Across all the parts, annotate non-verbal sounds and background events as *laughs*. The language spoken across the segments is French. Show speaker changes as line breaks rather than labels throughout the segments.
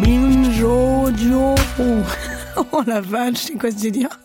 Binge audio. Oh la vache, c'est quoi ce délire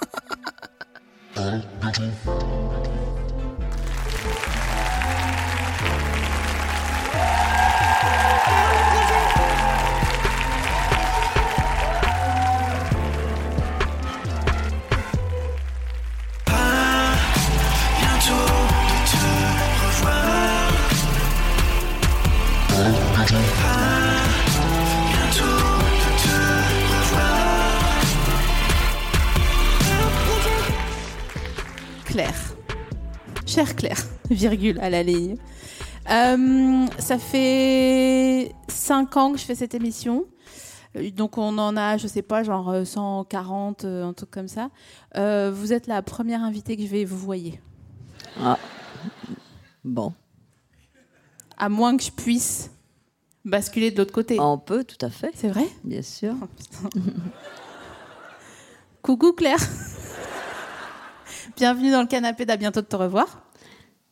Claire. Chère Claire, virgule à la ligne. Euh, ça fait 5 ans que je fais cette émission. Euh, Donc on en a, je sais pas, genre euh, 140, euh, un truc comme ça. Euh, vous êtes la première invitée que je vais vous voyer.
Bon,
À moins que je puisse basculer de l'autre côté.
on peut, tout à fait,
C'est vrai
bien sûr.
Oh, putain. Coucou Claire. *laughs* Bienvenue dans le canapé d'à bientôt de te revoir.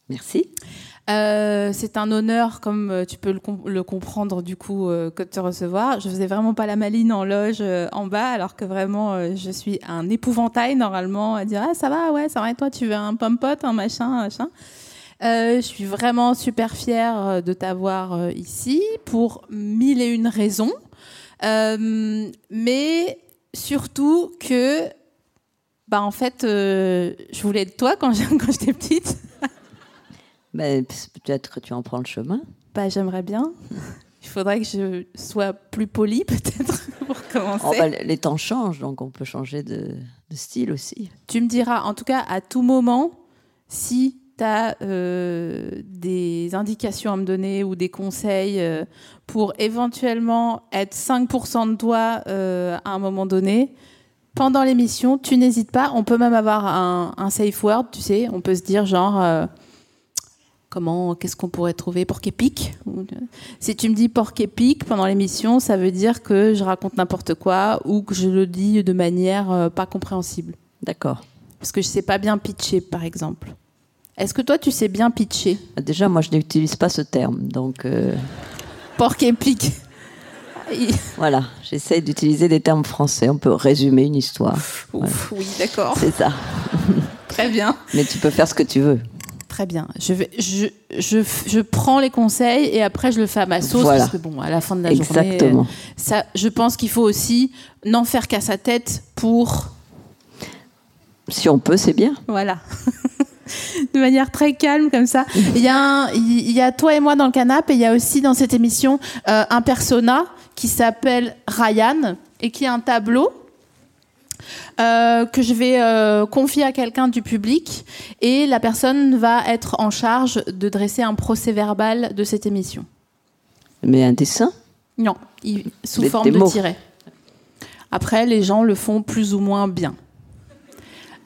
Merci.
Euh, c'est un honneur, comme euh, tu peux le, com- le comprendre du coup, euh, que de te recevoir. Je faisais vraiment pas la maline en loge euh, en bas, alors que vraiment euh, je suis un épouvantail normalement à dire ah ça va ouais ça va et toi tu veux un pompote un machin un machin. Euh, je suis vraiment super fière euh, de t'avoir euh, ici pour mille et une raisons, Euh, mais surtout que bah en fait euh, je *laughs* voulais de toi quand j'ai- quand j'étais petite.
Mais p- peut-être que tu en prends le chemin.
Bah, j'aimerais bien. *laughs* Il faudrait que je sois plus polie, *laughs* peut-être, pour commencer.
Oh, bah, les temps changent, donc on peut changer de, de style aussi.
Tu me diras, en tout cas, à tout moment, si tu as des indications à me donner ou des conseils euh, pour éventuellement être 5% de toi euh, à un moment donné. Pendant l'émission, tu n'hésites pas. On peut même avoir un, un safe word, tu sais. On peut se dire, genre, euh, comment, qu'est-ce qu'on pourrait trouver Porc épic Ou, euh, Si tu me dis porc épic pendant l'émission, ça veut dire que je raconte n'importe quoi ou que je le dis de manière euh, pas compréhensible.
D'accord.
Parce que je sais pas bien pitcher, par exemple. Est-ce que toi, tu sais bien pitcher
Déjà, moi, je n'utilise pas ce terme, donc euh,
Porc épic Il-
voilà, j'essaie d'utiliser des termes français. On peut résumer une histoire.
*laughs* Ouf, Oui, d'accord.
C'est ça.
Très bien.
Mais tu peux faire ce que tu veux.
Très bien. Je, vais, je, je, je prends les conseils et après, je le fais à ma sauce.
Voilà.
Parce que bon, à la fin de la journée,
Exactement.
euh, ça, je pense qu'il faut aussi n'en faire qu'à sa tête pour...
Si on peut, c'est bien.
Voilà. *laughs* de manière très calme comme ça. Il y, a un- il y a toi et moi dans le canapé et il y a aussi dans cette émission euh, un persona qui s'appelle Ryan et qui est un tableau euh, que je vais euh, confier à quelqu'un du public et la personne va être en charge de dresser un procès verbal de cette émission.
Mais un dessin,
Non, il- sous
Des-
forme
des
de
mots.
tiret. Après, les gens le font plus ou moins bien,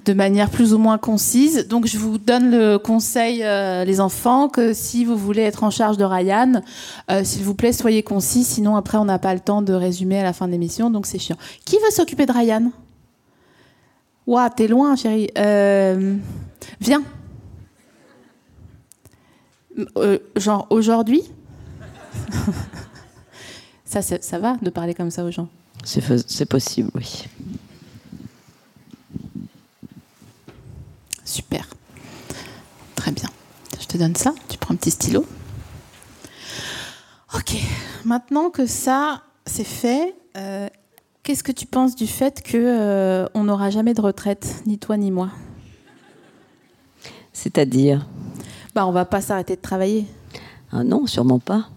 de manière plus ou moins concise. Donc, je vous donne le conseil, euh, les enfants, que si vous voulez être en charge de Ryan, euh, s'il vous plaît, soyez concis. Sinon, après, on n'a pas le temps de résumer à la fin de l'émission, donc c'est chiant. Qui veut s'occuper de Ryan Ouah, t'es loin, chérie. Euh, viens. Euh, genre aujourd'hui ça, ça, ça va de parler comme ça aux gens.
c'est fais- c'est possible, oui.
Super. Très bien. Je te donne ça. Tu prends un petit stylo. Ok. Maintenant que ça, c'est fait, euh, qu'est-ce que tu penses du fait que euh, on n'aura jamais de retraite, ni toi ni moi
C'est-à-dire,
Bah, on va pas s'arrêter de travailler.
ah non, sûrement pas.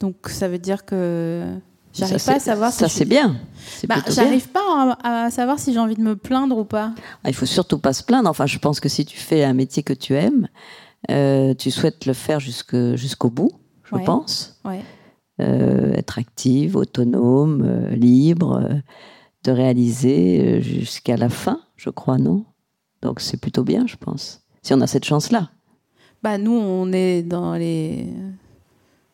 Donc, ça veut dire que j'arrive
Ça,
pas à
c'est-
savoir si
Ça,
je
c'est
suis-
bien. C'est
Bah,
plutôt bien.
j'arrive pas à, à savoir si j'ai envie de me plaindre ou pas.
Ah, Il faut surtout pas se plaindre. Enfin, je pense que si tu fais un métier que tu aimes, euh, tu souhaites le faire jusque- jusqu'au bout. je
Ouais.
pense.
Ouais.
Euh, être active, autonome, euh, libre, euh, de réaliser euh, jusqu'à la fin, je crois, non Donc c'est plutôt bien, je pense. Si on a cette chance-là.
Bah nous, on est dans les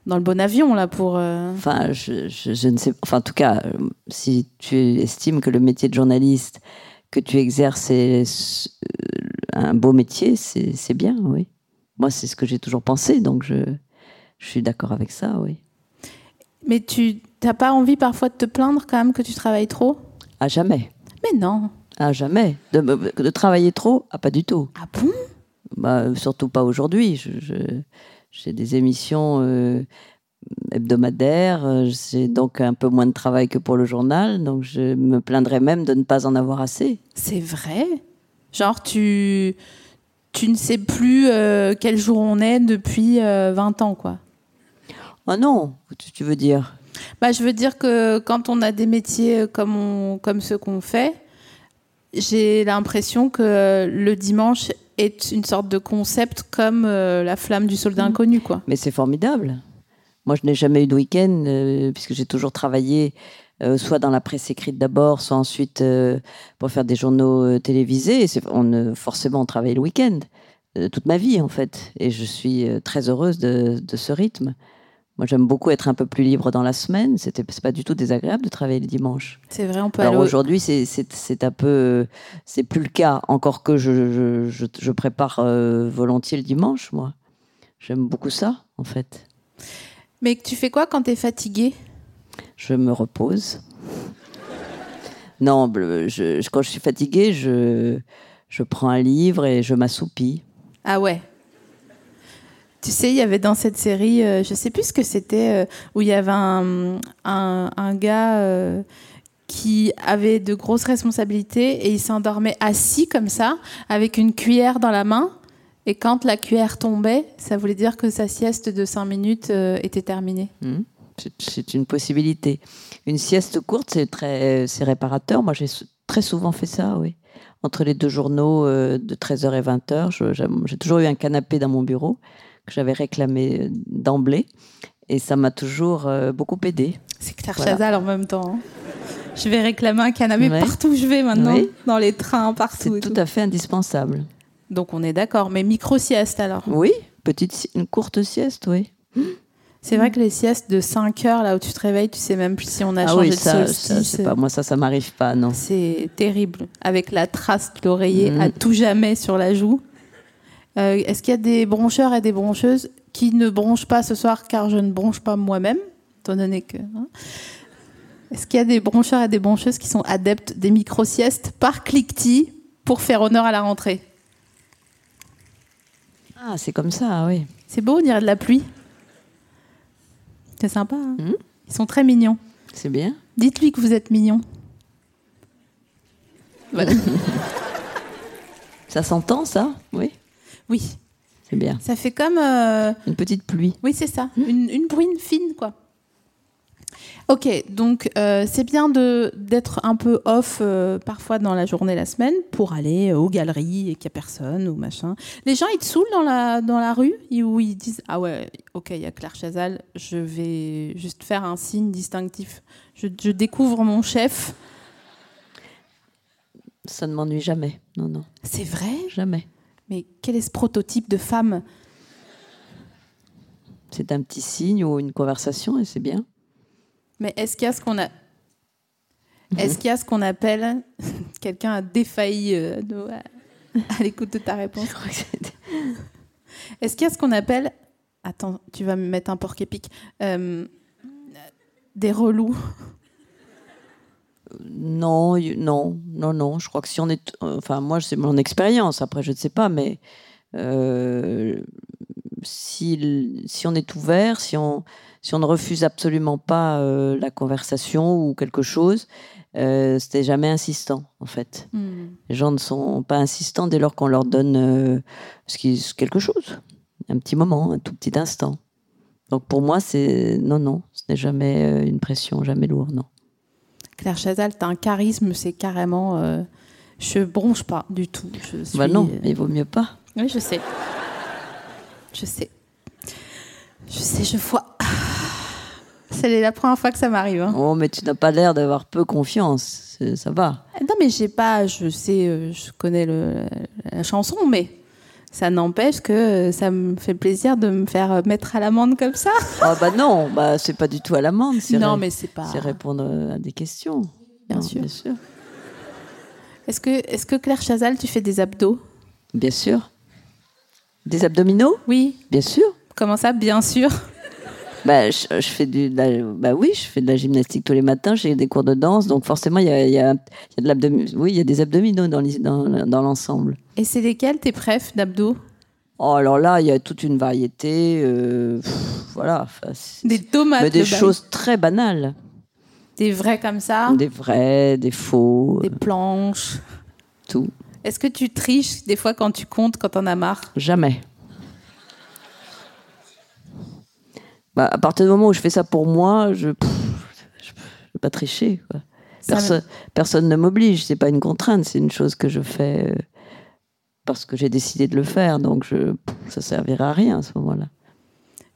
dans le bon avion là pour. euh,
Enfin, je, je- je ne sais. Enfin, en tout cas, euh, si tu estimes que le métier de journaliste que tu exerces est s- euh, un beau métier, c'est c'est bien, oui. Moi, c'est ce que j'ai toujours pensé, donc je, je suis d'accord avec ça, oui.
Mais tu t'as pas envie parfois de te plaindre quand même que tu travailles trop
À jamais.
Mais non.
À jamais. De, me- de travailler trop Ah, pas du tout.
Ah bon
Bah, surtout pas aujourd'hui. Je- je- J'ai des émissions euh, hebdomadaires, euh, j'ai donc un peu moins de travail que pour le journal, donc je me plaindrais même de ne pas en avoir assez.
C'est vrai Genre tu tu ne sais plus euh, quel jour on est depuis euh, 20 ans quoi.
Ah non, tu- tu veux dire
Bah, je veux dire que quand on a des métiers euh, comme, on, comme ceux qu'on fait, j'ai l'impression que le dimanche est une sorte de concept comme euh, la flamme du soldat inconnu, quoi.
Mais c'est formidable. Moi, je n'ai jamais eu de week-end, euh, puisque j'ai toujours travaillé euh, soit dans la presse écrite d'abord, soit ensuite euh, pour faire des journaux euh, télévisés. Et c'est- on, euh, forcément, on travaille le week-end, euh, toute ma vie en fait. Et je suis euh, très heureuse de, de ce rythme. Moi, j'aime beaucoup être un peu plus libre dans la semaine. C'était c'est pas du tout désagréable de travailler le dimanche.
C'est vrai, on peut
Alors
aller au-
aujourd'hui, c'est- c'est c'est un peu, c'est plus le cas. Encore que je, je, je, je prépare euh, volontiers le dimanche, moi. J'aime beaucoup ça, en fait.
Mais tu fais quoi quand t'es fatigué
Je me repose. Non, bleu, je, je- quand je suis fatiguée, je, je prends un livre et je m'assoupis.
Ah ouais. Tu sais, il y avait dans cette série, euh, je sais plus ce que c'était, euh, où il y avait un, un, un gars euh, qui avait de grosses responsabilités et il s'endormait assis comme ça, avec une cuillère dans la main. Et quand la cuillère tombait, ça voulait dire que sa sieste de 5 minutes euh, était terminée.
Hmm. C'est- C'est une possibilité. Une sieste courte, c'est très, c'est réparateur. Moi, j'ai sou- très souvent fait ça, oui. Entre les deux journaux euh, de 13h et 20h, je- j'aime- j'ai toujours eu un canapé dans mon bureau que j'avais réclamé euh, d'emblée. Et ça m'a toujours euh, beaucoup aidé.
C'est Claire
Voilà.
Chazal en même temps. hein. Je vais réclamer un canapé
Ouais.
partout où je vais maintenant,
Oui.
dans les trains,
C'est
partout. et
tout
tout.
à fait indispensable.
Donc on est d'accord, mais micro-sieste alors
Oui, petite, si- une courte sieste, oui.
C'est vrai que les siestes de 5 heures, là où tu te réveilles, tu sais même plus si on a
Mm. ah
changé
oui, ça, ça,
de
je
solstice.
sais pas. Moi, ça, ça m'arrive pas, non.
C'est terrible, avec la trace de l'oreiller à
Mm.
tout jamais sur la joue. Euh, Est-ce qu'il y a des broncheurs et des broncheuses qui ne bronchent pas ce soir car je ne bronche pas moi-même, étant donné que... hein. Est-ce qu'il y a des broncheurs et des broncheuses qui sont adeptes des micro-siestes par cliquetis pour faire honneur à la rentrée
Ah, c'est comme ça, oui.
C'est beau, on dirait de la pluie. C'est sympa. hein.
Mm.
Ils sont très mignons.
C'est bien.
Dites-lui que vous êtes mignon.
Ça s'entend, ça Oui,
Oui,
c'est bien.
ça fait comme. euh,
Une petite pluie.
Oui, c'est ça, une, une bruine fine, quoi. Ok, donc euh, c'est bien de- d'être un peu off euh, parfois dans la journée, la semaine, pour aller aux galeries et qu'il n'y a personne ou machin. Les gens, ils te saoulent dans la, dans la rue, ils- où ils disent Ah ouais, ok, il y a Claire Chazal, je vais juste faire un signe distinctif. Je, je découvre mon chef.
Ça ne m'ennuie jamais. Non, non,
C'est vrai
jamais.
Mais quel est ce prototype de femme
C'est un petit signe ou une conversation et c'est bien.
Mais est-ce qu'il y a ce qu'on a est-ce qu'il y a ce qu'on appelle *laughs* quelqu'un a défailli euh, de- à l'écoute de ta réponse
Je crois que c'est-
Est-ce qu'il y a ce qu'on appelle attends tu vas me mettre un porc épic euh, des relous
Non, y- non, non, non. Je crois que si on est. Enfin, moi, c'est mon expérience. Après, je ne sais pas, mais. euh, si, l- si on est ouvert, si on, si on ne refuse absolument pas euh, la conversation ou quelque chose, euh, c'était jamais insistant, en fait. Les gens ne sont pas insistants dès lors qu'on leur donne euh, ce qui- ce- quelque chose, un petit moment, un tout petit instant. Donc pour moi, c'est non, non, ce n'est jamais euh, une pression, jamais lourd, non.
Claire Chazal t'as un charisme c'est carrément euh, je bronche pas du tout je suis
Bah non,
euh,
il vaut mieux pas.
Oui, je sais. Je sais. Je sais, je vois. Ah. C'est la première fois que ça m'arrive. hein.
Oh, mais tu n'as pas l'air d'avoir peu confiance. C'est- Ça va.
Non, mais j'ai pas, je sais, euh, je connais le- la chanson, mais ça n'empêche que euh, ça me fait plaisir de me faire euh, mettre à l'amende comme ça.
Ah bah non, bah c'est pas du tout à l'amende. c'est
Non,
ré-
mais c'est pas.
C'est répondre à des questions.
Bien
Non,
sûr.
Bien sûr.
Est-ce que, est-ce que Claire Chazal, tu fais des abdos
Bien sûr. Des abdominaux
Oui.
Bien sûr.
Comment ça Bien sûr.
Bah, je, je fais du, de la- bah oui, je fais de la gymnastique tous les matins. J'ai des cours de danse, donc forcément il y a, il y a- il y a de l'abdomi- Oui, il y a des abdominaux dans l'is- dans- dans l'ensemble.
Et c'est lesquels tes préfs d'abdos
Oh, alors là, il y a toute une variété. euh, pff, voilà. enfin, c'est-
Des tomates.
mais
le
des
bal-
choses très banales.
Des vrais comme ça.
Des vrais, des faux,
Ah.
euh,
Des planches.
tout.
Est-ce que tu triches des fois quand tu comptes, quand t'en as marre
Jamais. Bah, à partir du moment où je fais ça pour moi, je ne vais pas tricher. quoi.
Ça
Perso- personne ne m'oblige, c'est pas une contrainte, c'est une chose que je fais euh, parce que j'ai décidé de le faire, donc je, pff, ça servira à rien à ce moment-là.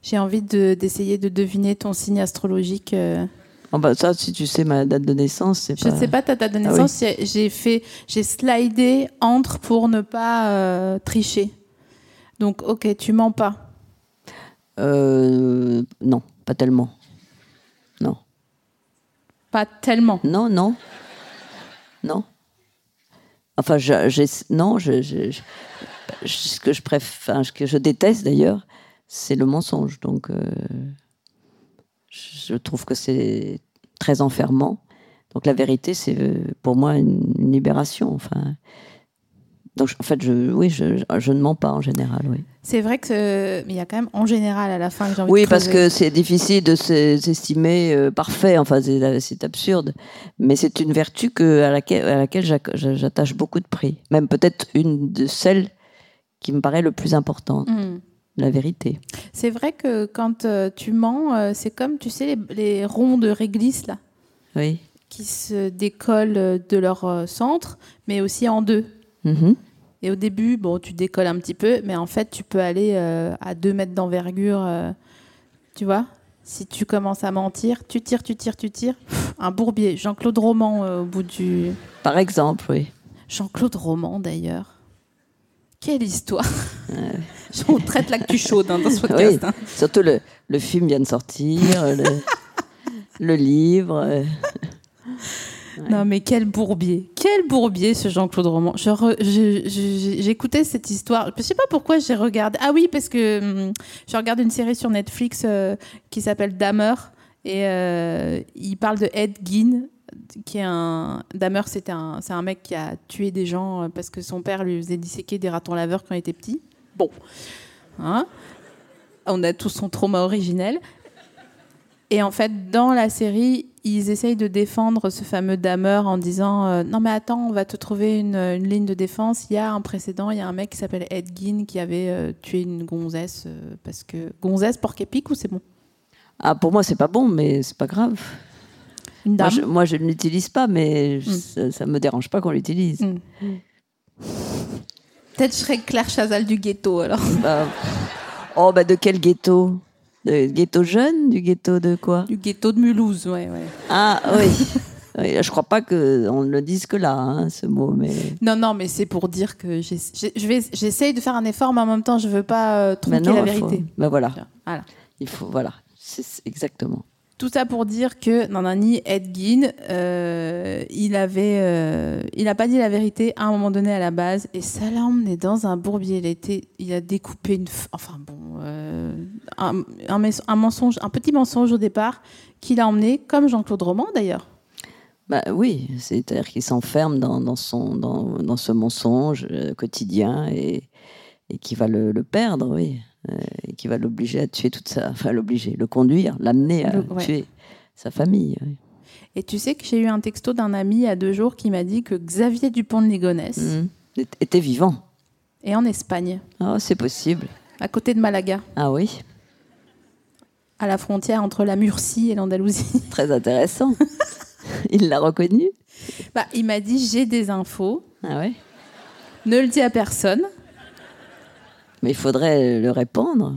J'ai envie de- d'essayer de deviner ton signe astrologique. euh,
Ah bah, ça, si tu sais ma date de naissance, c'est
Je ne sais pas ta date de
Ah
naissance. j'ai- J'ai fait, j'ai slidé entre pour ne pas euh, tricher. Donc, ok, tu mens pas.
Euh, non, pas tellement. Non.
Pas tellement.
Non, non. Non. Enfin, je- j'ai- non, je, je- je- je- ce que je préfère, enfin, ce que je déteste d'ailleurs, c'est le mensonge. Donc, euh, je trouve que c'est très enfermant. Donc, la vérité, c'est euh, pour moi une, une libération. Enfin, donc, je- en fait, je, oui, je, je- je ne mens pas en général. Oui,
C'est vrai que euh, mais il y a quand même en général à la fin que j'ai envie
oui
de
parce
creuser.
que c'est difficile de s'e- s'estimer euh, parfait. Enfin, c'est euh, c'est absurde. Mais c'est une vertu que, à laquelle, à laquelle j'ac- j'a- j'attache beaucoup de prix. Même peut-être une de celles qui me paraît le plus importante,
Hmm.
la vérité.
C'est vrai que quand euh, tu mens, euh, c'est comme tu sais les, les ronds de réglisse là
Oui.
qui se décollent euh, de leur euh, centre, mais aussi en deux.
Mhm.
Et au début, bon, tu décolles un petit peu, mais en fait, tu peux aller euh, à 2 mètres d'envergure. euh, tu vois Si tu commences à mentir, tu tires, tu tires, tu tires. Pff, un bourbier. Jean-Claude Roman euh, au bout du.
Par exemple, oui.
Jean-Claude Roman d'ailleurs. Quelle histoire *laughs* On traite l'actu chaude hein, dans ce podcast.
Oui.
hein.
Surtout le, le film vient de sortir, euh,
*laughs*
le, le livre. euh.
Non, mais quel bourbier. Quel bourbier, ce Jean-Claude Roman. Je re- je- je- je- J'écoutais cette histoire. Je sais pas pourquoi j'ai regardé. Ah oui, parce que hum, je regarde une série sur Netflix euh, qui s'appelle Dahmer. Et euh, il parle de Ed Gein, qui est un. Dahmer, c'était un- c'est un mec qui a tué des gens euh, parce que son père lui faisait disséquer des ratons laveurs quand il était petit. Bon. Hein On a tous son trauma originel. Et en fait, dans la série, ils essayent de défendre ce fameux Dahmer en disant euh, Non, mais attends, on va te trouver une, une ligne de défense. Il y a un précédent, il y a un mec qui s'appelle Ed Gein qui avait euh, tué une gonzesse. euh, parce que. Gonzesse, porc épic ou c'est bon
Ah, pour moi, c'est pas bon, mais c'est pas grave.
Une
Moi
dame.
je, moi, je ne l'utilise pas, mais je- ça, ça me dérange pas qu'on l'utilise.
Mm. Peut-être je serais Claire Chazal du ghetto alors.
Bah, oh, bah de quel ghetto De ghetto jeune Du ghetto de quoi
*laughs* Du ghetto de Mulhouse, ouais, ouais.
Ah,
*laughs*
oui. Oui, je crois pas qu'on ne le dise que là, hein, ce mot, mais.
Non, non, mais c'est pour dire que j'ai- j'ai- je vais- j'essaye de faire un effort, mais en même temps, je veux pas euh, tromper
Maintenant,
la
il faut-
vérité.
bah voilà.
Voilà.
Il faut, voilà. C'est c'est exactement.
Tout ça pour dire que Nanani Ed Gein, euh, il avait, euh, il a pas dit la vérité à un moment donné à la base, et ça l'a emmené dans un bourbier. Il a, été- il a découpé une, f- enfin bon, euh, un, un mes- un mensonge, un petit mensonge au départ, qui l'a emmené comme Jean-Claude Roman d'ailleurs.
Bah oui, c'est-à-dire qu'il s'enferme dans, dans son, dans, dans ce mensonge euh, quotidien et, et qui va le, le perdre, oui. Euh, et qui va l'obliger à tuer toute sa. Enfin, l'obliger, le conduire, l'amener à
Le- ouais.
tuer sa famille. oui.
Et tu sais que j'ai eu un texto d'un ami il y a deux jours qui m'a dit que Xavier Dupont de Ligonnès
Mhm. Était- Était vivant.
est en Espagne,
Ah, c'est possible.
à côté de Malaga,
Ah oui,
à la frontière entre la Murcie
*laughs*
et l'Andalousie.
très intéressant. Il l'a reconnu.
Bah, il m'a dit j'ai des infos.
Ah ouais.
Ne le dis à personne.
Mais il faudrait le répandre.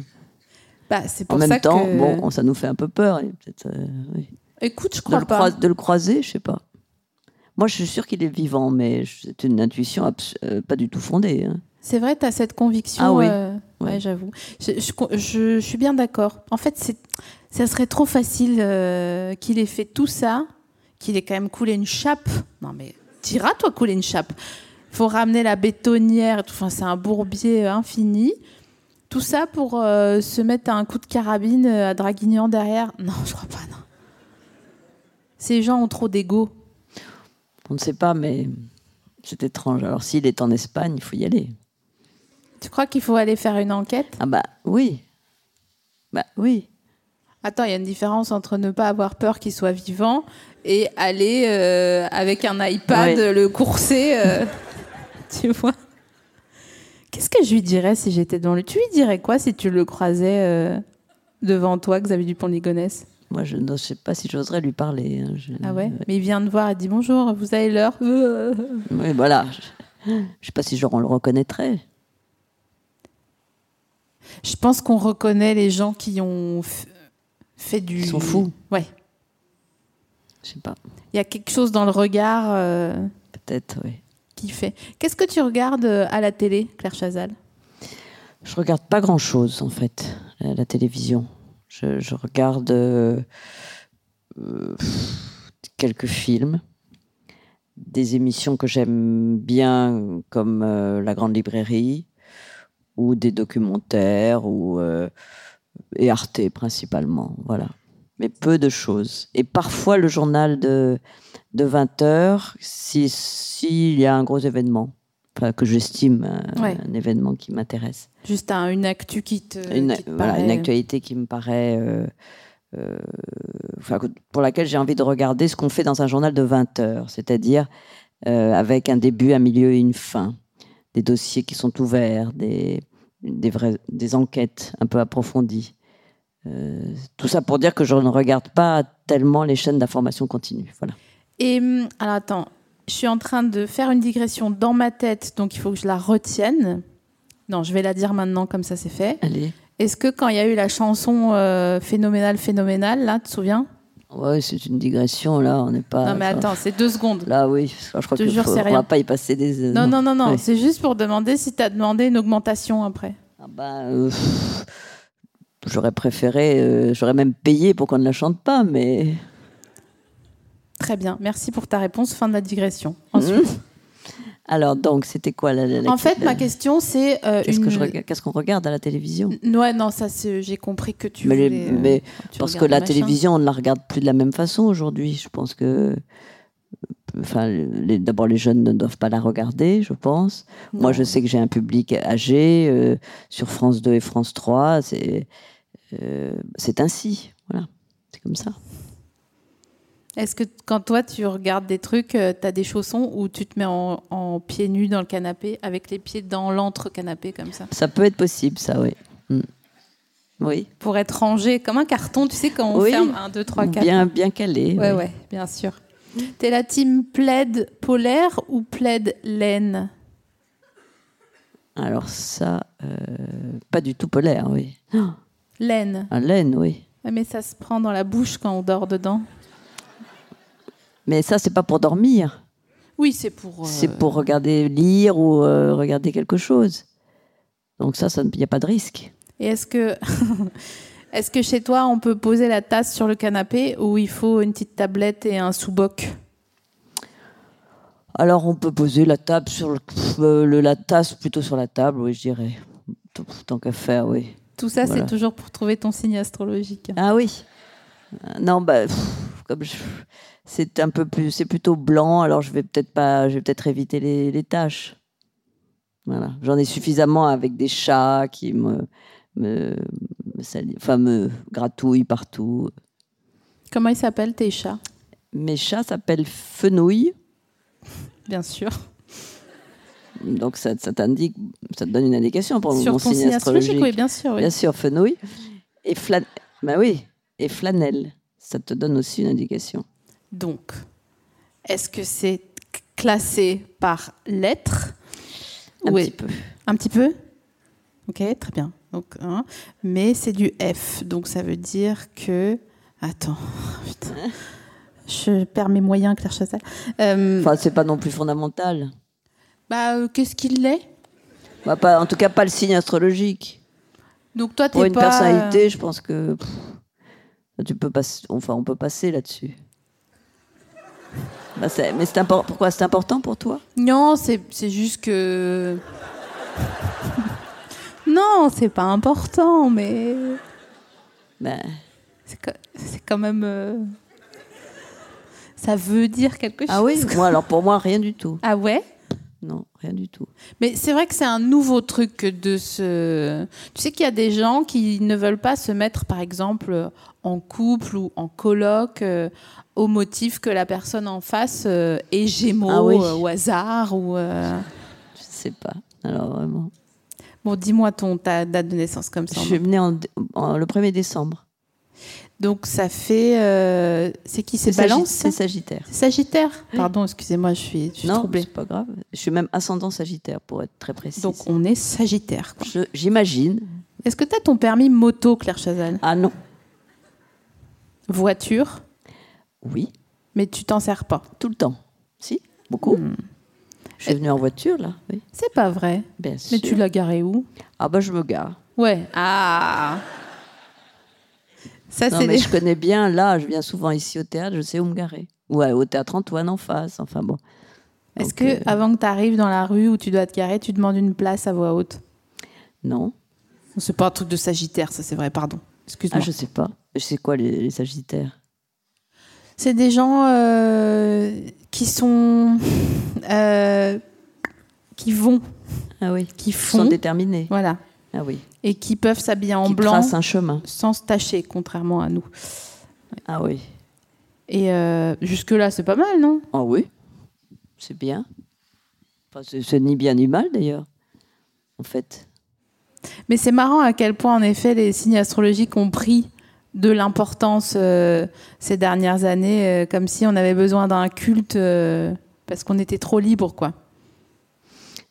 Bah, c'est pour
En
ça
même temps,
que-
bon, ça nous fait un peu peur. et peut-être, euh, oui.
Écoute, je
de,
crois
le
pas.
crois- de le croiser, je sais pas. Moi, je suis sûre qu'il est vivant, mais je- c'est une intuition abs- euh, pas du tout fondée. hein.
C'est vrai, tu as cette conviction.
Ah oui.
euh, ouais,
Ouais.
j'avoue. Je, je con- je- je suis bien d'accord. En fait, c'est, ça serait trop facile euh, qu'il ait fait tout ça, qu'il ait quand même coulé une chape. Non, mais t'iras, toi, couler une chape. faut ramener la bétonnière. et tout. Enfin, c'est un bourbier euh, infini. Tout ça pour euh, se mettre à un coup de carabine euh, à Draguignan derrière. *laughs* Non, je crois pas, non. Ces gens ont trop d'ego.
On ne sait pas, mais c'est étrange. Alors, s'il est en Espagne, il faut y aller.
Tu crois qu'il faut aller faire une enquête
Ah bah oui. Bah oui.
Attends, il y a une différence entre ne pas avoir peur qu'il soit vivant et aller euh, avec un iPad
Ouais.
le courser. euh, *laughs* tu vois Qu'est-ce que je lui dirais si j'étais dans le. Tu lui dirais quoi si tu le croisais euh, devant toi, Xavier Dupont-Ligonnès
Moi, je ne sais pas si j'oserais lui parler. hein. Je-
Ah ouais Mais il vient te voir, il dit bonjour, vous avez *laughs* l'heure Euh.
Oui, voilà. Je ne sais pas si genre on le reconnaîtrait.
Je pense qu'on reconnaît les gens qui ont f- fait du.
Ils sont fous.
Ouais.
Je sais pas.
Il y a quelque chose dans le regard euh,
Peut-être, oui.
qui fait. Qu'est-ce que tu regardes euh, à la télé, Claire Chazal
Je regarde pas grand-chose, en fait, à la télévision. Je, je regarde euh, euh, pff, quelques films, des émissions que j'aime bien, comme euh, La Grande Librairie, ou des documentaires, ou, euh, et Arte principalement, voilà. Mais peu de choses. Et parfois le journal de, de 20 heures, s'il y a un gros événement, enfin, que j'estime un-
Ouais.
un événement qui m'intéresse
Juste un- une actu qui te.
une,
Euh, qui te
voilà, une
paraît-
actualité qui me paraît. euh, euh, enfin, que- pour laquelle j'ai envie de regarder ce qu'on fait dans un journal de 20 heures, c'est-à-dire euh, avec un début, un milieu et une fin. Des dossiers qui sont ouverts, des, des, vraies- des enquêtes un peu approfondies. Euh, tout ça pour dire que je ne regarde pas tellement les chaînes d'information continue. Voilà.
Et hum, alors attends, je suis en train de faire une digression dans ma tête, donc il faut que je la retienne. Non, je vais la dire maintenant, comme ça c'est fait.
Allez.
Est-ce que quand il y a eu la chanson euh, Phénoménale, Phénoménale, là, tu te souviens
Ouais, c'est une digression là, on n'est pas.
Non, mais
enfin,
attends, c'est deux secondes.
Là, oui, je crois
Te jure, c'est
qu'on ne
rien.
va pas y passer des. euh,
Non, non, non, non,
Ouais.
c'est juste pour demander si tu as demandé une augmentation après.
Ah bah, euh, pff, j'aurais préféré, euh, j'aurais même payé pour qu'on ne la chante pas, mais
Très bien, merci pour ta réponse. Fin de la digression.
Mmh.
Ensuite,
*laughs* alors donc c'était quoi la, la- la-
en fait,
la-
ma question, c'est. euh,
qu'est-ce que
une- Euh,
je regarde- qu'est-ce qu'on regarde à la télévision
N- Ouais, non, ça, c'est- j'ai compris que tu
Mais, les-
voulais. euh,
mais
tu
parce que
regardes
la
machin.
télévision, on ne la regarde plus de la même façon aujourd'hui. Je pense que, euh, enfin, les- d'abord les jeunes ne doivent pas la regarder, je pense. Moi, je sais que j'ai un public âgé euh, sur France 2 et France 3. C'est euh, c'est ainsi, voilà, c'est comme ça.
Est-ce que t- quand toi tu regardes des trucs, euh, t'as des chaussons ou tu te mets en, en pieds nus dans le canapé avec les pieds dans l'entre-canapé comme ça
Ça peut être possible, ça, oui. Mm. Oui.
Pour être rangé comme un carton, tu sais, quand on
Oui.
ferme 1, 2, 3, 4.
Bien, bien calé.
Ouais,
oui.
ouais, bien sûr. T'es la team plaid polaire ou plaid laine
Alors ça, euh, pas du tout polaire, oui. *gasps* Ah,
Laine.
Un laine, oui.
Ouais, Mais ça se prend dans la bouche quand on dort dedans.
Mais ça, c'est pas pour dormir.
Oui, c'est pour. euh,
C'est pour regarder, lire ou euh, regarder quelque chose. Donc ça, ça, il n'y a pas de risque.
Et est-ce que. *laughs* Est-ce que chez toi, on peut poser la tasse sur le canapé ou il faut une petite tablette et un sous-boc
Alors on peut poser la table sur le, pff, euh, le- la tasse plutôt sur la table, oui, je dirais. Tant- Tant qu'à faire, oui.
Tout ça,
Voilà.
c'est toujours pour trouver ton signe astrologique.
Ah oui. Euh, Non, bah, pff, comme je- c'est un peu plus, c'est plutôt blanc. Alors je vais peut-être pas, je vais peut-être éviter les, les taches. Voilà, j'en ai suffisamment avec des chats qui me, me, me sali- enfin me gratouillent partout.
Comment ils s'appellent tes chats
Mes chats s'appellent Fenouil,
Bien sûr.
donc ça, ça t'indique, ça te donne une indication pour
Sur
mon
ton
signe,
signe astrologique, oui,
astrologique.
bien sûr. oui.
Bien sûr, Fenouil et flan, bah oui, et flanelle, ça te donne aussi une indication.
Donc, est-ce que c'est classé par lettre
Un
ou est-
petit peu.
Un petit peu Ok, très bien. Donc, hein. mais c'est du F, donc ça veut dire que. Attends, *laughs* putain. Je perds mes moyens, Claire Chassel. Euh,
Enfin, c'est pas non plus fondamental.
bah, euh, qu'est-ce qu'il est
Bah, pas, en tout cas, pas le signe astrologique.
Donc toi,
Pour
t'es
une
pas.
personnalité, je pense que pff, tu peux passer. Enfin, on peut passer là-dessus. Bah, c'est- mais c'est impor- pourquoi c'est important pour toi
Non, c'est c'est juste que. *laughs* non, c'est pas important, mais
Ben,
c'est quand- c'est quand même. euh, Ça veut dire quelque chose.
Ah oui
quoi.
Moi, alors pour moi, rien du tout.
*laughs* Ah ouais
Non, rien du tout.
Mais c'est vrai que c'est un nouveau truc que de se. Tu sais qu'il y a des gens qui ne veulent pas se mettre, par exemple, en couple ou en colloque euh, au motif que la personne en face euh, est gémeaux
Ah oui.
euh, au hasard. Ou, euh,
Je sais pas. Alors vraiment.
Bon, dis-moi ton, ta date de naissance comme ça.
Je suis née en, dé- en- le 1er décembre.
Donc ça fait. euh, C'est qui C'est
Sagit-
Balance
C'est
ça
Sagittaire.
C'est Sagittaire Pardon, excusez-moi, je suis, je suis
non,
troublée.
c'est pas grave. Je suis même ascendant Sagittaire, pour être très précise.
Donc on est Sagittaire. quoi.
Je- J'imagine.
Est-ce que tu as ton permis moto, Claire Chazal
Ah non.
Voiture,
Oui,
mais tu t'en sers pas.
tout le temps. Si, beaucoup.
Hmm.
Je suis venue en voiture, là. Oui,
C'est pas vrai.
bien
Mais
sûr.
tu l'as garé où
Ah bah je me gare.
Ouais. Ah Ça,
Non,
Ah, c'est
mais
des...
je connais bien, là, je viens souvent ici au théâtre, je sais où me garer. Ouais, au théâtre Antoine en face, enfin bon.
Est-ce
Donc,
que
euh,
avant que tu arrives dans la rue où tu dois te garer, tu demandes une place à voix haute
Non,
C'est pas un truc de Sagittaire, ça c'est vrai, pardon.
ah,
Excuse-moi.
je sais pas. Je sais quoi les, les Sagittaires
C'est des gens euh, qui sont. *laughs* euh, qui vont,
Ah oui,
qui
ils
font.
sont déterminés.
Voilà.
Ah oui,
Et qui peuvent s'habiller en
qui
blanc
tracent un chemin.
sans se tacher, contrairement à nous.
Ah oui,
Et euh, jusque-là, c'est pas mal, non
ah oui, c'est bien. Enfin, c'est c'est ni bien ni mal d'ailleurs, en fait.
Mais c'est marrant à quel point, en effet, les signes astrologiques ont pris de l'importance euh, ces dernières années, euh, comme si on avait besoin d'un culte euh, parce qu'on était trop libre, quoi.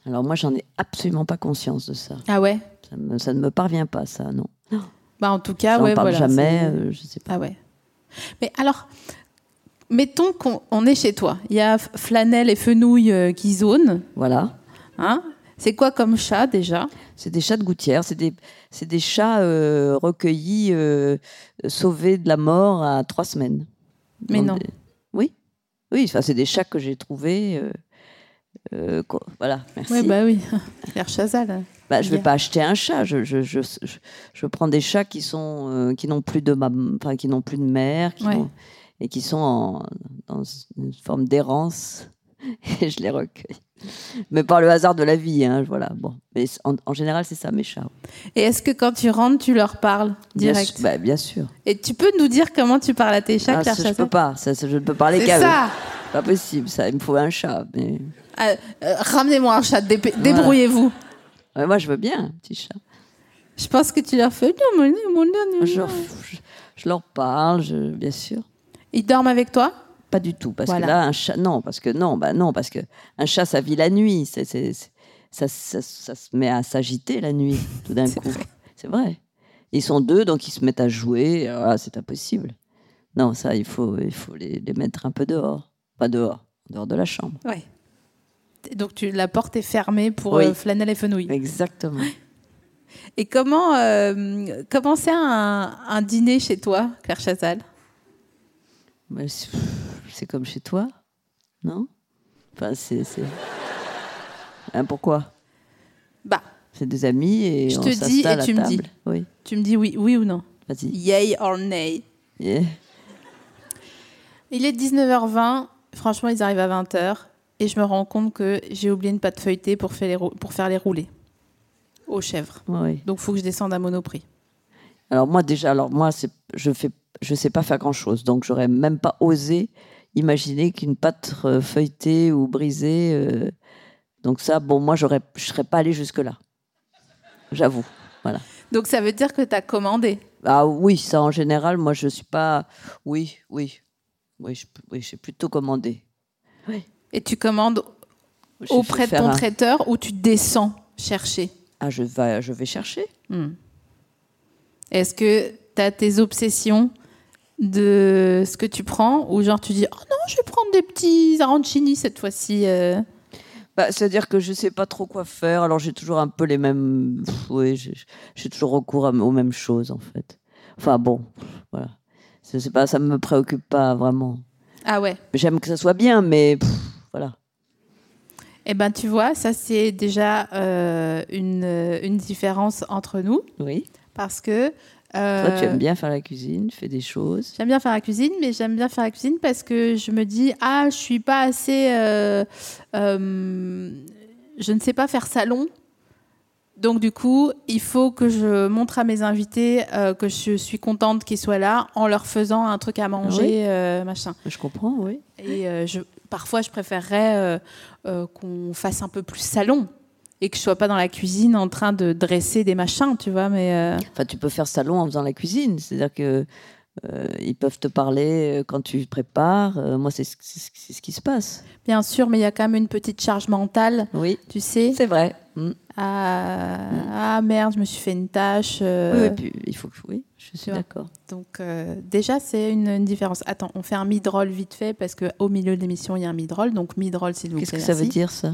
Alors moi, j'en ai absolument pas conscience de ça.
Ah ouais
Ça, me- ça ne me parvient pas, ça, non.
Bah, en tout cas,
J'en
ouais,
parle
voilà.
jamais,
c'est-
euh, je sais pas.
Ah ouais. Mais alors, mettons qu'on on est chez toi. Il y a F- Flanelle et Fenouille euh, qui zonent.
Voilà.
Hein c'est quoi comme chat déjà
C'est des chats de gouttière, c'est des, c'est des chats euh, recueillis, euh, sauvés de la mort à trois semaines.
Mais
Dans
non.
des- Oui, oui enfin, c'est des chats que j'ai trouvés. euh, euh, quoi. Voilà, merci.
Ouais, bah *laughs* oui. Claire Chazal. hein.
Bah, je ne vais
bien.
pas acheter un chat. Je, je, je, je, je prends des chats qui sont euh, qui n'ont plus de ma, enfin, qui n'ont plus de mère, qui
Ouais.
n'ont- et qui sont en- dans une forme d'errance. *laughs* Et je les recueille. Mais par le hasard de la vie, hein, voilà. Bon, mais c'est- en, en général, c'est ça mes chats.
Et est-ce que quand tu rentres, tu leur parles
Bien
direct
sûr- bah, bien sûr.
Et tu peux nous dire comment tu parles à tes chats,
Ah,
Claire
ça, je
Chazal
peux pas. Ça, ça, je ne peux parler
C'est
qu'à eux.
ça
Pas possible. Ça, il me faut un chat. Mais
Euh, euh, Ramenez-moi un chat, dépé- débrouillez-vous.
Ouais, moi, je veux bien un petit chat.
Je pense que tu leur fais. Non, mais non, non, non.
Je, leur- je- je leur parle, je- bien sûr.
Ils dorment avec toi
Pas du tout, parce
Voilà.
que là, un chat, non, parce que non, bah non, parce que un chat, ça vit la nuit. C'est, c'est- c'est- ça, ça- ça se met à s'agiter la
*laughs*
nuit, tout d'un
C'est
coup.
vrai.
C'est vrai. Ils sont deux, donc ils se mettent à jouer. Alors là, c'est impossible. Non, ça, il faut, il faut les, les mettre un peu dehors. Pas dehors, en dehors de la chambre.
Ouais. Donc tu, la porte est fermée pour
Oui.
euh, flanelle et fenouil.
Exactement.
Et comment euh, comment c'est un, un dîner chez toi, Claire Chazal
Mais Bah, C'est c'est comme chez toi, non Enfin, c'est. c'est- Hein, pourquoi
Bah,
C'est des amis et
Je
on
te dis
s'installe
et
à
tu me dis.
table. Oui,
tu me dis oui, oui ou non
vas-y.
Yay or nay
Yeah.
Il est 19h20, franchement ils arrivent à 20h, et je me rends compte que j'ai oublié une pâte feuilletée pour faire les, rou- pour faire les rouler aux chèvres.
Oui.
Donc faut que je descende à Monoprix.
Alors moi déjà, alors moi c'est, je fais, je sais pas faire grand chose, donc j'aurais même pas osé imaginer qu'une pâte euh, feuilletée ou brisée. euh, donc ça, bon, moi j'aurais, je serais pas allée jusque là. J'avoue, voilà.
Donc ça veut dire que tu as commandé.
Ah oui, ça en général, moi je suis pas. Oui, oui, oui, je, oui, j'ai plutôt commandé.
Et tu commandes
Je- je
auprès
vais
de
faire
ton
un-
traiteur ou tu descends chercher
Ah, je vais, je vais chercher.
Hmm. Est-ce que tu as tes obsessions de ce que tu prends ou genre tu dis oh non je vais prendre des petits arancini cette fois-ci euh.
Bah, C'est-à-dire que je ne sais pas trop quoi faire, alors j'ai toujours un peu les mêmes. Pff, Oui, j'ai- j'ai toujours recours à- aux mêmes choses, en fait. Enfin bon, voilà. Je sais pas, ça ne me préoccupe pas vraiment.
ah ouais
J'aime que ça soit bien, mais pff, voilà.
Eh ben, tu vois, ça, c'est déjà euh, une, euh, une différence entre nous
Oui.
parce que. euh,
Toi, tu aimes bien faire la cuisine, tu fais des choses.
J'aime bien faire la cuisine, mais j'aime bien faire la cuisine parce que je me dis, ah, je suis pas assez. euh, euh, je ne sais pas faire salon. Donc, du coup, il faut que je montre à mes invités euh, que je suis contente qu'ils soient là en leur faisant un truc à manger,
Oui.
euh, machin.
Je comprends, oui.
Et euh, je, parfois, je préférerais euh, euh, qu'on fasse un peu plus salon et que je sois pas dans la cuisine en train de dresser des machins, tu vois. Mais euh,
Enfin, tu peux faire salon en faisant la cuisine. C'est-à-dire que euh, ils peuvent te parler euh, quand tu prépares. Euh, moi, c'est ce, c'est ce- c'est ce qui se passe.
bien sûr, mais il y a quand même une petite charge mentale,
Oui,
tu sais.
c'est vrai. Mm.
Ah, ah, merde, je me suis fait une tâche. euh,
Oui, oui, puis, il faut que oui, je suis
vois.
d'accord.
Donc euh, déjà, c'est une, une différence. Attends, on fait un mid-roll vite fait parce que au milieu de l'émission, il y a un mid-roll. Donc mid-roll, s'il vous plaît.
Qu'est-ce que ça veut
merci.
dire ça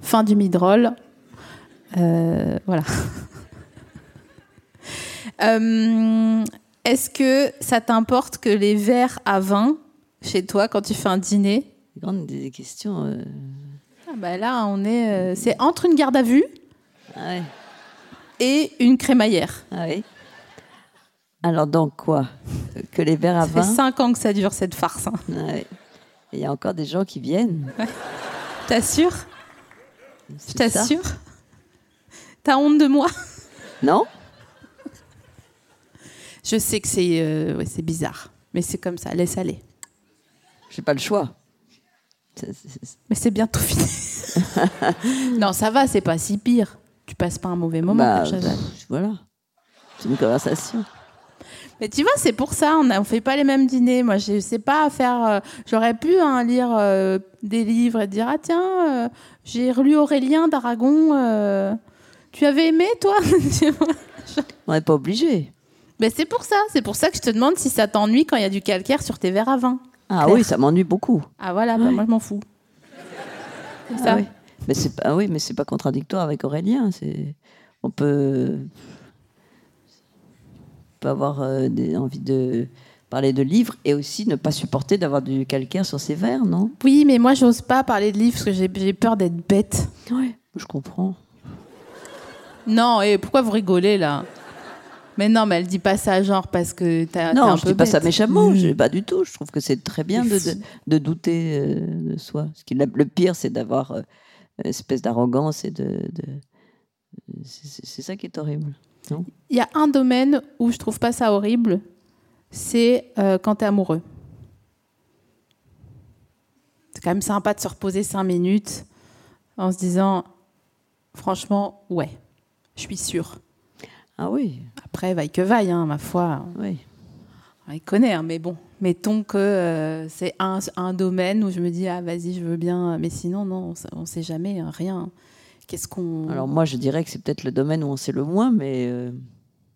Fin du mid-roll. Euh, voilà. *laughs* Euh, Est-ce que ça t'importe que les verres à vin chez toi quand tu fais un dîner
Des grandes des questions. euh,
Ah bah Là, on est. euh, C'est entre une garde à vue
Ah oui.
et une crémaillère.
Ah oui. Alors donc quoi Que les verres à
Ça fait
vin.
5 ans que ça dure cette farce. hein.
Ah oui. Et Il y a encore des gens qui viennent.
T'assures Je
C'est ça
t'assure *laughs* T'as honte de moi
Non
Je sais que c'est euh, ouais, c'est bizarre, mais c'est comme ça, laisse aller.
J'ai pas le choix. C'est- c'est- c'est-
Mais c'est bientôt fini. *laughs* non, ça va, c'est pas si pire. Tu passes pas un mauvais moment.
Bah,
Shazad.
pff, voilà. C'est une conversation.
Mais tu vois, c'est pour ça, on ne fait pas les mêmes dîners. Moi, je sais pas faire. euh, J'aurais pu hein, lire euh, des livres et dire Ah, tiens, euh, j'ai relu Aurélien d'Aragon. euh, tu avais aimé, toi *laughs* Tu vois
On n'est pas obligé.
Mais c'est pour ça, c'est pour ça que je te demande si ça t'ennuie quand il y a du calcaire sur tes verres à vin.
Ah
Claire.
oui, ça m'ennuie beaucoup.
Ah, voilà, bah, moi, je m'en fous. C'est
Ah
ça.
oui. Mais c'est pas, ah oui, mais c'est pas contradictoire avec Aurélien. C'est, on peut, on peut avoir euh, des, envie de parler de livres et aussi ne pas supporter d'avoir du calcaire sur ses verres, non
Oui, mais moi, j'ose pas parler de livres parce que j'ai- j'ai peur d'être bête.
Oui. Je comprends.
Non, et pourquoi vous rigolez là Mais non, mais elle dit pas ça genre parce que t'as. Ah, t'es un
non, je
peu
dis pas
bête.
ça méchamment.
Mmh.
je- pas du tout. Je trouve que c'est très bien de,
C'est
de, de douter euh, de soi. Parce que la- le pire, c'est d'avoir euh, une espèce d'arrogance et de. de- c'est- c'est c'est ça qui est horrible. Non
Il y a un domaine où je trouve pas ça horrible, c'est euh, quand t'es amoureux. C'est quand même sympa de se reposer cinq minutes en se disant, franchement, ouais, je suis sûre.
ah oui,
Après, vaille que vaille, hein, ma foi.
oui.
On les connaît, hein, mais bon. Mettons que euh, c'est un, un domaine où je me dis, ah vas-y, je veux bien. Mais sinon, non, on sait- on sait jamais, hein, rien. Qu'est-ce qu'on.
Alors moi, je dirais que c'est peut-être le domaine où on sait le moins, mais euh,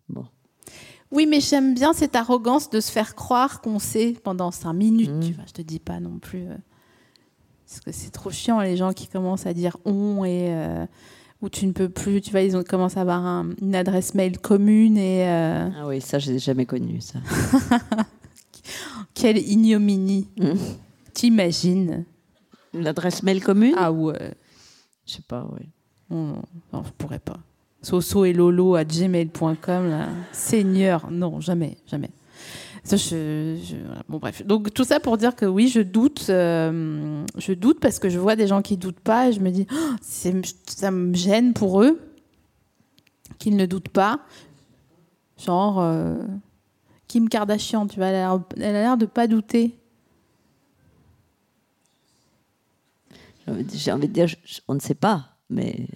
bon.
Oui, mais j'aime bien cette arrogance de se faire croire qu'on sait pendant cinq minutes.
Mm.
Tu vois, je te dis pas non plus. euh, parce que c'est trop chiant, les gens qui commencent à dire on et. euh, ou tu ne peux plus. Tu vois, ils ont commencé à avoir un- une adresse mail commune et. euh,
Ah oui, ça, j'ai jamais connu ça.
quelle ignominie.
Mm.
T'imagines
L'adresse mail commune
Ah ouais.
Je sais pas, oui.
On- non, je pourrais pas. soso et lolo à gmail.com. là. Seigneur, non, jamais, jamais. Ça, je- je- voilà. Bon, bref. Donc, tout ça pour dire que oui, je doute. euh, je doute parce que je vois des gens qui doutent pas et je me dis, Oh, c'est- ça me gêne pour eux qu'ils ne doutent pas. Genre, euh, Kim Kardashian, tu vois, elle a l'air- elle a l'air de pas douter.
J'ai envie de- J'ai envie de dire, je- je- on ne sait pas, mais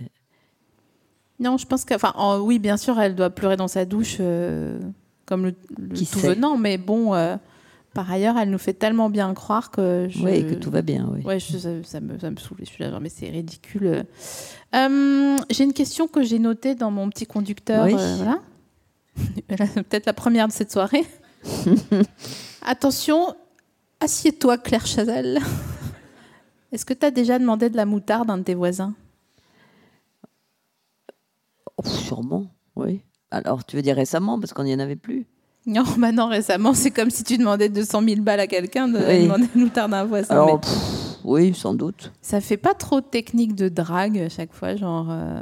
Non, je pense que. Enfin, en- oui, bien sûr, elle doit pleurer dans sa douche euh, comme le, le
Qui
tout
sait
venant, mais bon, euh, par ailleurs, elle nous fait tellement bien croire que. Je...
oui, que tout va bien. Oui.
Ouais, je- ça, ça me, ça me saoule, je suis là, genre, mais c'est ridicule. Euh, j'ai une question que j'ai notée dans mon petit conducteur.
Oui.
euh, voilà. *laughs* Elle a Peut-être la première de cette
*laughs*
soirée. Attention, assieds-toi, Claire Chazal. Est-ce que tu as déjà demandé de la moutarde à un de tes voisins
Oh, sûrement, oui. Alors, tu veux dire récemment, parce qu'on n'y en avait plus.
Non, *laughs* bah non, récemment, c'est comme si tu demandais 200 000 balles à quelqu'un, de
Oui.
demander une moutarde à un voisin.
Alors,
mais
pff, oui, sans doute.
ça fait pas trop de technique de drague à chaque fois, genre. euh,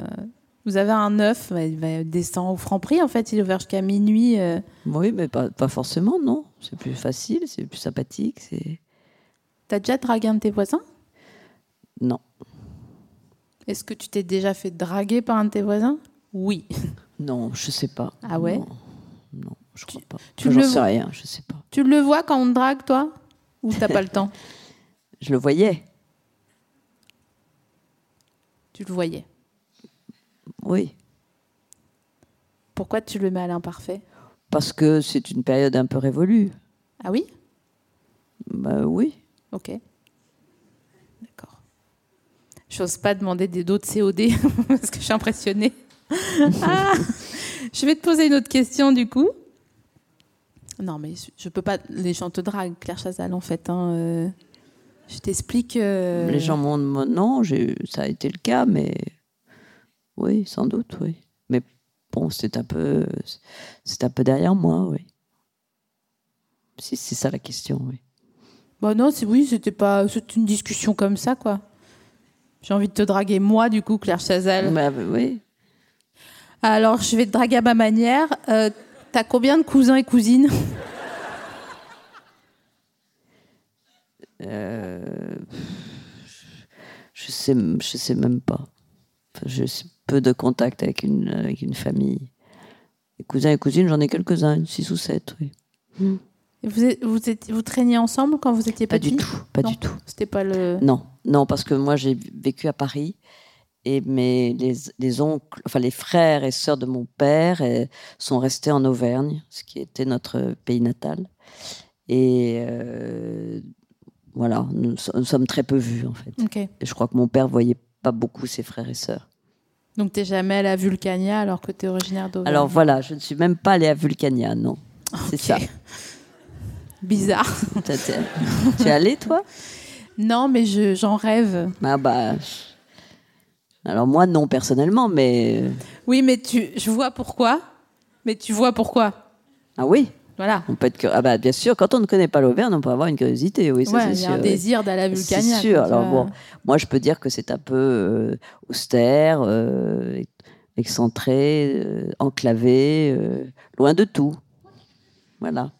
Vous avez un œuf, bah, il va descendre au franc prix. En fait, il est ouvert jusqu'à minuit. euh.
Oui, mais pas, pas forcément, non. C'est plus facile, c'est plus sympathique, c'est...
T'as déjà dragué un de tes voisins
Non,
Est-ce que tu t'es déjà fait draguer par un de tes voisins Oui.
non, je sais pas.
Ah ouais
Non, non, je crois pas.
tu
J'en
le
sais
vois-
rien, je sais pas.
Tu le vois quand on te drague, toi Ou t'as pas le temps
Je le voyais,
Tu le voyais.
oui.
Pourquoi tu le mets à l'imparfait
Parce que c'est une période un peu révolue.
Ah oui
Bah oui.
Ok. D'accord. J'ose pas demander des d'autres COD *laughs* parce que je
*laughs*
suis impressionnée. Ah je vais te poser une autre question du coup. Non, mais je- je peux pas. Les gens te draguent, Claire Chazal, en fait. hein, euh. Je t'explique. euh,
Les gens m'ont m'ont- non, j'ai- ça a été le cas, mais oui, sans doute, oui. Mais bon, c'est un peu, c'est un peu derrière moi, oui. Si c'est ça la question, oui.
Bah non, c'est oui, c'était pas. C'est une discussion comme ça, quoi. J'ai envie de te draguer, moi, du coup, Claire Chazal.
Bah, oui.
Alors, je vais te draguer à ma manière. Euh, T'as combien de cousins et cousines
Euh, je sais, je sais même pas. Enfin, je sais peu de contact avec une, avec une famille. Les cousins et cousines, j'en ai quelques-uns, six ou sept, oui.
Vous, êtes- vous, êtes- vous traîniez ensemble quand vous étiez
Pas
petit
du tout, pas
Non,
du tout.
C'était pas le.
Non, non, parce que moi j'ai vécu à Paris et mes les, les oncles, enfin les frères et sœurs de mon père euh, sont restés en Auvergne, ce qui était notre pays natal. Et euh, voilà, nous, so- nous sommes très peu vus en fait.
Ok.
Et je crois que mon père voyait pas beaucoup ses frères et sœurs.
Donc t'es jamais allé à Vulcania alors que t'es originaire d'Auvergne.
Alors voilà, je ne suis même pas allée à Vulcania, non. C'est
Ok.
ça.
Bizarre. *laughs*
T'as- t'es- tu es allée toi
Non, mais je- j'en rêve.
Ah bah. Alors moi non personnellement, mais euh,
Oui, mais tu, je vois pourquoi. Mais tu vois pourquoi.
ah oui.
Voilà.
On peut être curieux. Ah bah, bien sûr, quand on ne connaît pas l'Auvergne, on peut avoir une curiosité, oui, ça,
Ouais,
c'est
il y
sûr.
a un
oui.
désir d'aller à
C'est
Vulcania.
sûr.
quoi, tu
Alors
vois.
bon, moi je peux dire que c'est un peu euh, austère, euh, excentré, euh, enclavé, euh, loin de tout. Voilà.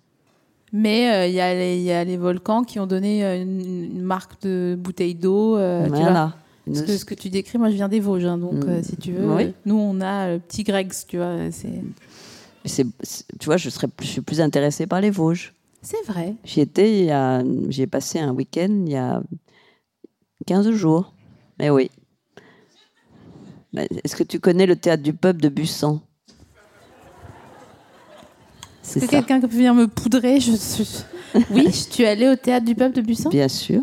Mais euh, il y, a les- il y a les volcans qui ont donné euh, une, une marque de bouteille d'eau. euh, tu vois.
voilà.
Parce
Nous-
que ce que tu décris, moi je viens des Vosges, hein, donc
Mm.
euh, si tu veux,
Oui.
euh, nous on a le petit Greg's, tu vois. euh, C'est
c'est- c'est- tu vois, je, serais, plus- je suis plus intéressée par les Vosges.
c'est vrai.
J'y étais, il y a- j'y ai passé un week-end il y a 15 jours. Mais oui. Mais Est-ce que tu connais le théâtre du peuple de Bussan C'est
Est-ce que
ça.
quelqu'un peut venir me poudrer je, *laughs* je- Oui, je- tu es allée au théâtre du peuple de Buisson
Bien sûr.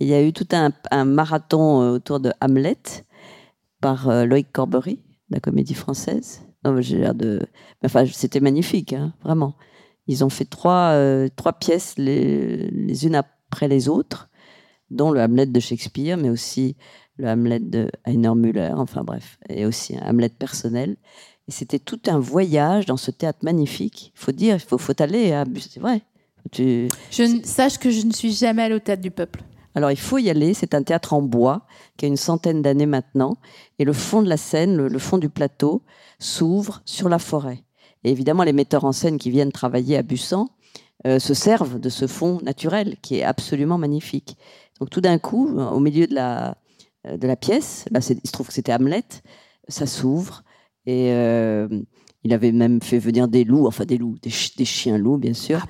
Il y a eu tout un, un marathon euh, autour de Hamlet par euh, Loïc Corbery, de la comédie française. Non, mais j'ai l'air de. mais Enfin, c'était magnifique, hein, vraiment. Ils ont fait trois, euh, trois pièces les, les unes après les autres, dont le Hamlet de Shakespeare, mais aussi le Hamlet de Heiner Müller, enfin bref, et aussi un Hamlet personnel. Et c'était tout un voyage dans ce théâtre magnifique. Il faut dire, il faut, faut aller à Bus- c'est vrai. Tu...
Je ne- sache que je ne suis jamais allée au théâtre du peuple.
Alors il faut y aller, c'est un théâtre en bois qui a une centaine d'années maintenant, et le fond de la scène, le, le fond du plateau, s'ouvre sur la forêt. Et évidemment, les metteurs en scène qui viennent travailler à Bussan euh, se servent de ce fond naturel qui est absolument magnifique. Donc tout d'un coup, au milieu de la, euh, de la pièce, là c'est- il se trouve que c'était Hamlet, ça s'ouvre et euh, il avait même fait venir des loups, enfin des loups, des, chi- des chiens loups bien sûr,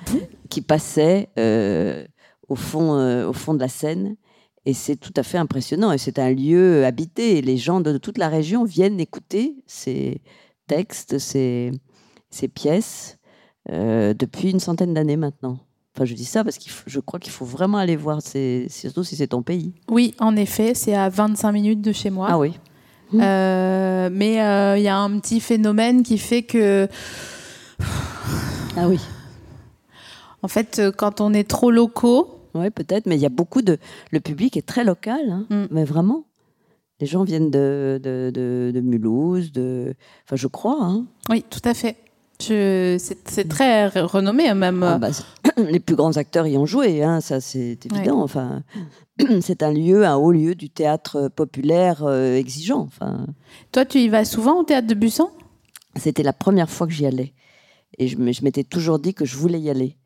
qui passaient euh, au, fond, euh, au fond de la Seine. Et c'est tout à fait impressionnant. Et c'est un lieu habité. Et les gens de toute la région viennent écouter ces textes, ces, ces pièces, euh, depuis une centaine d'années maintenant. Enfin, je dis ça parce que je crois qu'il faut vraiment aller voir, ces, surtout si c'est ton pays.
Oui, en effet, c'est à 25 minutes de chez moi.
Ah oui.
Euh, mais euh, il y a un petit phénomène qui fait que,
Ah oui.
en fait, euh, quand on est trop locaux,
Oui, peut-être, mais il y a beaucoup de. Le public est très local, hein,
Mm.
mais vraiment. Les gens viennent de, de, de- de Mulhouse, de. Enfin, je crois. hein.
oui, tout à fait. Je- C'est c'est très re- renommé hein, même.
Ah bah, c'est- *clears throat* les plus grands acteurs y ont joué, hein, ça c'est évident.
euh, Ouais.
Enfin, *clears throat* c'est un lieu, un haut lieu du théâtre populaire euh, exigeant. Enfin,
Toi, tu y vas souvent au théâtre de Busan
C'était la première fois que j'y allais. Et je, me- je m'étais toujours dit que je voulais y aller.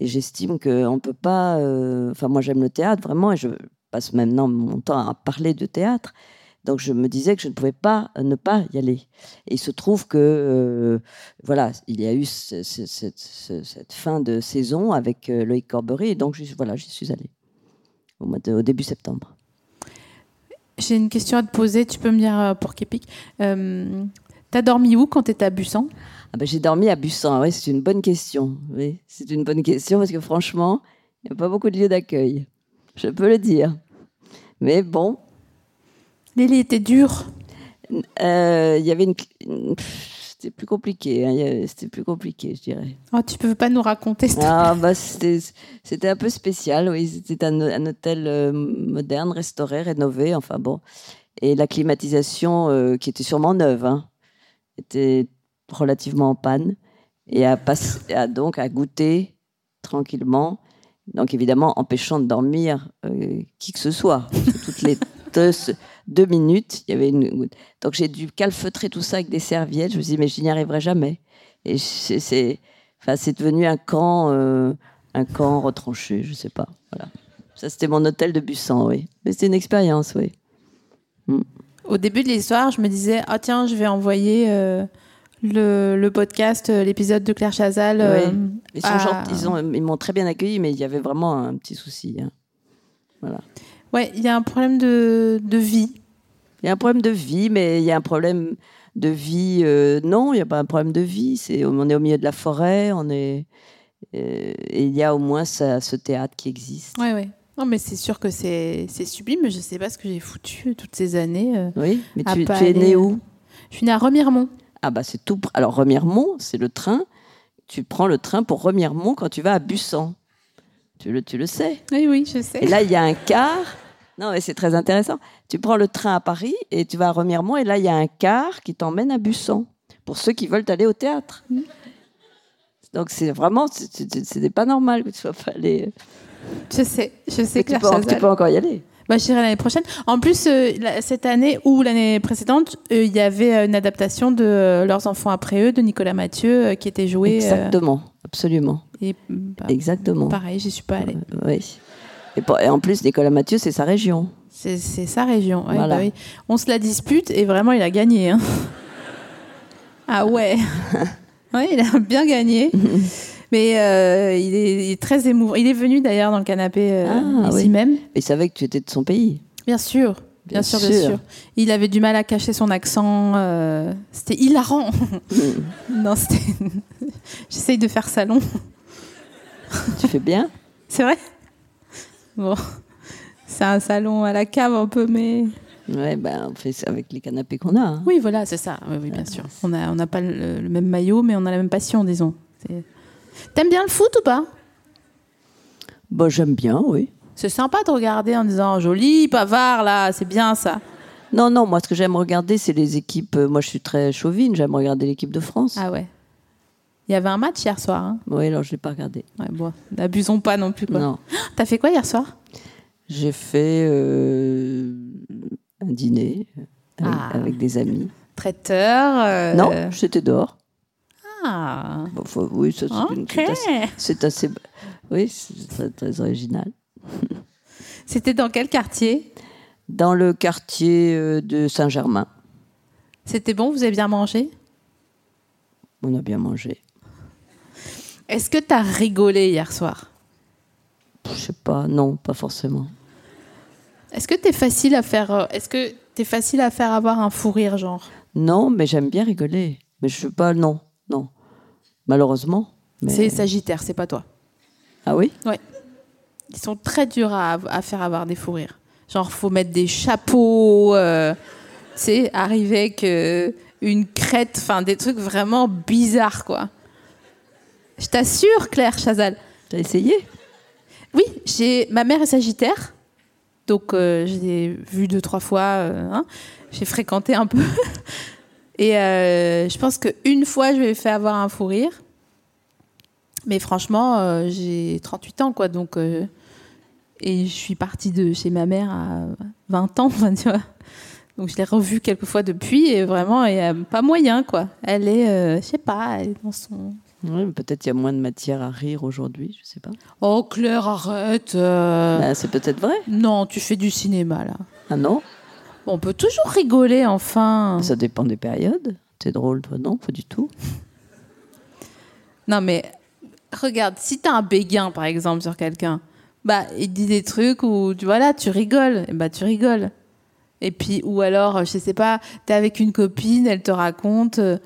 Et j'estime qu'on ne peut pas. euh, Enfin, moi, j'aime le théâtre vraiment, et je passe maintenant mon temps à parler de théâtre. Donc, je me disais que je ne pouvais pas euh, ne pas y aller. Et il se trouve que, euh, voilà, il y a eu ce- ce- cette- ce- cette fin de saison avec euh, Loïc Corbery, et donc, je- voilà, j'y suis allée. Au, mois de- au début septembre.
J'ai une question à te poser, tu peux me dire euh, pour Képik. Euh, T'as dormi où quand t'étais à Busan
Ah ben, j'ai dormi à Bussan. Oui, c'est une bonne question. Oui, c'est une bonne question parce que franchement, il n'y a pas beaucoup de lieux d'accueil. Je peux le dire. Mais bon,
Lily était dure.
euh, il y avait une. cl- une- pff, C'était plus compliqué. hein, il y avait- C'était plus compliqué, je dirais.
Oh, tu peux pas nous raconter cette-
Ah bah c'était c'était un peu spécial. Oui, c'était un, un hôtel euh, moderne, restauré, rénové. Enfin bon, et la climatisation euh, qui était sûrement neuve hein, était relativement en panne et a, pass- a donc à goûter tranquillement. Donc évidemment empêchant de dormir euh, qui que ce soit. Toutes les deux, deux minutes, il y avait une goutte. Donc j'ai dû calfeutrer tout ça avec des serviettes. Je me suis dit mais je n'y arriverai jamais. Et c'est- c'est Enfin, c'est devenu un camp, euh, un camp retranché, je sais pas. Voilà. Ça, c'était mon hôtel de Bussan, oui. Mais c'était une expérience, oui.
Au début de l'histoire, je me disais ah tiens, je vais envoyer euh, le, le podcast, euh, l'épisode de Claire Chazal. euh,
Oui. Ils sont
à-
gentils, ils ont- ils m'ont très bien accueilli, mais il y avait vraiment un petit souci. hein.
Ouais, il y a un problème de, de vie.
Il y a un problème de vie, mais il y a un problème de vie. euh, non, il n'y a pas un problème de vie. C'est, on est au milieu de la forêt, on est. euh, et il y a au moins ça- ce théâtre qui existe.
Ouais, ouais. Non, mais c'est sûr que c'est c'est sublime. mais Je sais pas ce que j'ai foutu toutes ces années. euh.
Oui, mais
À
tu,
pas
tu es né
aller-
où
Je suis née à Remiremont.
Ah bah c'est tout. pr- Alors Remiremont, c'est le train. Tu prends le train pour Remiremont quand tu vas à Bussan. Tu le, tu le sais.
Oui, oui, je sais.
Et là, il y a un car. Non, mais c'est très intéressant. Tu prends le train à Paris et tu vas à Remiremont et là, il y a un car qui t'emmène à Bussan. Pour ceux qui veulent aller au théâtre. Donc c'est vraiment, c'est- c'est c'est pas normal que tu sois pas allé.
Je sais, je sais
Mais tu
Claire
peux, en- tu
Chazal.
peux encore y aller.
Bah, j'irai l'année prochaine. En plus, euh, la- cette année ou l'année précédente, euh, il y avait euh, une adaptation de euh, Leurs enfants après eux de Nicolas Mathieu euh, qui était jouée. euh,
Exactement, absolument,
et, bah,
exactement.
Pareil, j'y suis pas allée.
Oui. Et, pour- et en plus, Nicolas Mathieu, c'est sa région.
C'est, c'est sa région. ouais,
Voilà.
bah oui. On se la dispute et vraiment, il a
*laughs*
gagné. hein. ah ouais. ouais, il a
*laughs*
bien gagné. Mais euh, il, est, il est très émouvant. Il est venu d'ailleurs dans le canapé euh,
Ah,
ici
oui.
même.
Il savait que tu étais de son pays.
Bien sûr. Bien,
Bien
sûr, bien
sûr.
sûr. Il avait du mal à cacher son accent. euh, c'était hilarant. non, c'était. J'essaye de faire salon.
Tu fais bien
C'est vrai Bon. C'est un salon à la cave un peu, mais.
Ouais, ben, on fait ça avec les canapés qu'on a. hein.
Oui, voilà, c'est ça. Oui, oui, bien sûr. On n'a on n'a pas le, le même maillot, mais on a la même passion, disons. C'est- T'aimes bien le foot ou pas
Bah, j'aime bien, oui.
C'est sympa de regarder en disant joli, pavard là, c'est bien ça.
Non, non, moi, ce que j'aime regarder, c'est les équipes. euh, Moi, je suis très chauvine, j'aime regarder l'équipe de France.
Ah ouais. Il y avait un match hier soir. hein.
Oui, alors je ne l'ai pas regardé.
*gasps* Ouais, bon, n'abusons pas non plus. Quoi.
Non.
T'as fait quoi hier soir
J'ai fait euh, un dîner avec,
Ah.
avec des amis.
Traiteur. euh,
Non, j'étais dehors.
Ah.
Bon, enfin, oui, ça, c'est une-
Ok.
c'est assez- c'est assez, Oui, c'est très, très original.
C'était dans quel quartier
Dans le quartier euh, de Saint-Germain,
C'était bon Vous avez bien mangé
on a bien mangé.
Est-ce que t'as rigolé hier soir
Je sais pas, non, pas forcément.
Est-ce que t'es facile à faire euh, Est-ce que t'es facile à faire avoir un fou rire genre
Non, mais j'aime bien rigoler. Mais je sais pas, non, non. Malheureusement. mais-
C'est Sagittaire, c'est pas toi.
Ah oui
Ouais. Ils sont très durs à, à faire avoir des fous rires. Genre, faut mettre des chapeaux, euh, tu sais, arriver avec euh, une crête, enfin des trucs vraiment bizarres, quoi. Je t'assure, Claire Chazal.
T'as essayé
Oui, j'ai ma mère est Sagittaire, donc euh, je l'ai vue deux trois fois. euh, hein. J'ai fréquenté un peu, *laughs* et euh, je pense qu'une fois je lui ai fait avoir un fou rire. Mais franchement, euh, j'ai 38 ans, quoi, donc euh, et je suis partie de chez ma mère à 20 ans, *laughs* enfin, tu vois. Donc je l'ai revue quelques fois depuis et vraiment, et, euh, pas moyen, quoi. Elle est, euh, je sais pas, elle est dans son
Oui, mais peut-être il y a moins de matière à rire aujourd'hui, je sais pas.
Oh Claire, arrête. euh.
Ah, c'est peut-être vrai.
Non, tu fais du cinéma là.
Ah non
On peut toujours rigoler enfin.
Ça dépend des périodes. T'es drôle, toi Non, pas du tout.
Non mais regarde, si t'as un béguin par exemple sur quelqu'un, bah il dit des trucs où tu vois là, tu rigoles, et bah tu rigoles. Et puis ou alors je sais pas, t'es avec une copine, elle te raconte euh,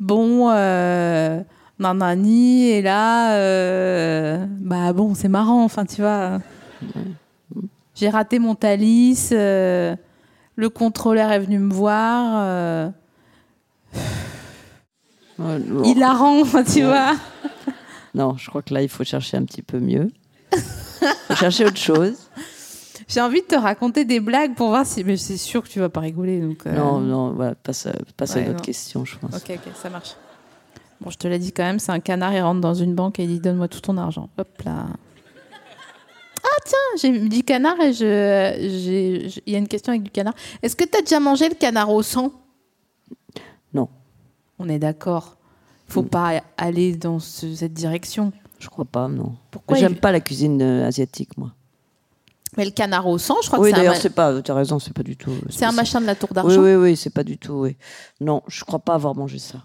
bon euh, nanani et là euh, bah bon c'est marrant enfin tu vois. J'ai raté mon Thalys, euh, le contrôleur est venu me voir. euh,
Ouais, bon.
Il la rend, tu vois.
Non, je crois que là, il faut chercher un petit peu
*laughs*
mieux. faut chercher autre chose.
J'ai envie de te raconter des blagues pour voir si. Mais c'est sûr que tu vas pas rigoler. Donc, euh,
Non, non, voilà, passe, à- passe à
Ouais,
une autre
non.
question, je pense.
Ok, ok, ça marche. Bon, je te l'ai dit quand même, c'est un canard, il rentre dans une banque et il dit Donne-moi tout ton argent. Hop là. Ah, tiens, j'ai dit canard et je. j'ai- j'ai- Il y a une question avec du canard. Est-ce que tu as déjà mangé le canard au sang
Non,
On est d'accord. Faut pas aller dans ce- cette direction.
je crois pas, non.
Pourquoi
J'aime
il-
pas la cuisine euh, asiatique, moi.
Mais le canard au sang, je crois
Oui,
que c'est un,
d'ailleurs,
ma-
c'est pas. T'as raison, c'est pas du tout.
c'est un machin de la tour
Oui,
d'argent.
oui, oui, c'est pas du tout. Oui. Non, je crois pas avoir mangé ça.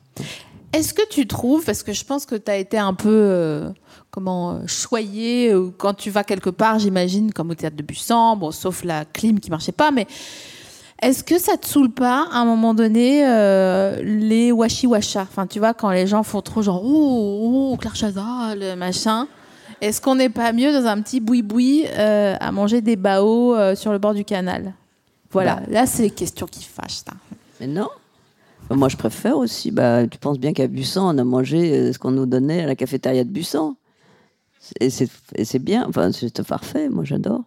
Est-ce que tu trouves, parce que je pense que tu as été un peu, euh, comment, euh, choyé, euh, quand tu vas quelque part, j'imagine, comme au théâtre de Bussan, bon, sauf la clim qui marchait pas, mais est-ce que ça te saoule pas, à un moment donné, euh, les washi-washa Enfin, tu vois, quand les gens font trop genre, oh, oh, Claire Chazal, machin. Est-ce qu'on n'est pas mieux dans un petit boui-boui euh, à manger des baos euh, sur le bord du canal Voilà,
Bah.
là, c'est les questions qui fâchent, ça.
Mais non. Bah, Moi, je préfère aussi. Bah, tu penses bien qu'à Busan, on a mangé euh, ce qu'on nous donnait à la cafétéria de Busan. Et c'est et c'est bien. Enfin, c'est parfait. Moi, j'adore.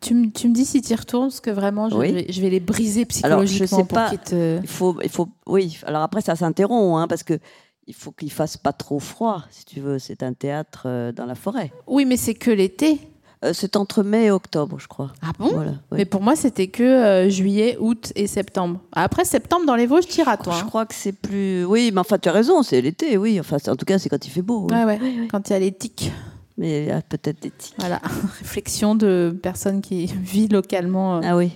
Tu, me- tu me dis si tu y retournes, parce que vraiment, je,
Oui.
vais, je vais les briser
Alors, je
psychologiquement
sais
pour
pas.
qu'ils te...
Il faut, il faut, oui. Alors après, ça s'interrompt, hein, parce que il faut qu'il fasse pas trop froid, si tu veux. C'est un théâtre euh, dans la forêt.
Oui, mais c'est que l'été.
Euh, c'est entre mai et octobre, je crois.
Ah bon
Voilà, oui.
Mais pour moi, c'était que euh, juillet, août et septembre. Après, septembre, dans les Vosges, tu iras, toi.
Je
hein.
crois que c'est plus. Oui, mais enfin, tu as raison. C'est l'été, oui. Enfin, c'est- en tout cas, c'est quand il fait beau. oui.
Ouais, ouais, quand il y a les tics.
Mais ah, peut-être des tiques.
Voilà, *laughs* réflexion de personne qui *laughs* vit localement. euh.
Ah oui.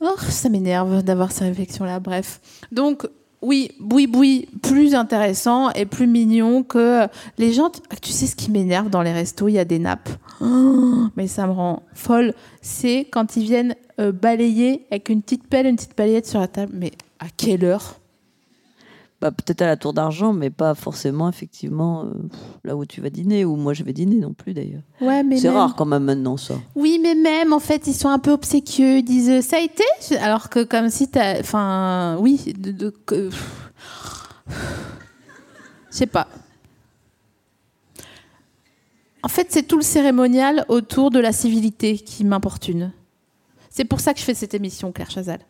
Oh, ça m'énerve d'avoir ces réflexions-là, bref. Donc, oui, boui-boui, plus intéressant et plus mignon que les gens. Ah, Tu sais ce qui m'énerve dans les restos, il y a des nappes. Oh, mais ça me rend folle. C'est quand ils viennent euh, balayer avec une petite pelle, une petite palayette sur la table. Mais à quelle heure
Bah, peut-être à la tour d'argent, mais pas forcément effectivement euh, pff, là où tu vas dîner, ou moi je vais dîner non plus d'ailleurs.
Ouais, mais
C'est
même-
rare quand même maintenant ça.
Oui, mais même, en fait, ils sont un peu obséquieux. Ils disent euh, ça a été Alors que, comme si t'as. Enfin, oui. De, de- que- Je sais pas. En fait, c'est tout le cérémonial autour de la civilité qui m'importune. C'est pour ça que je fais cette émission, Claire Chazal.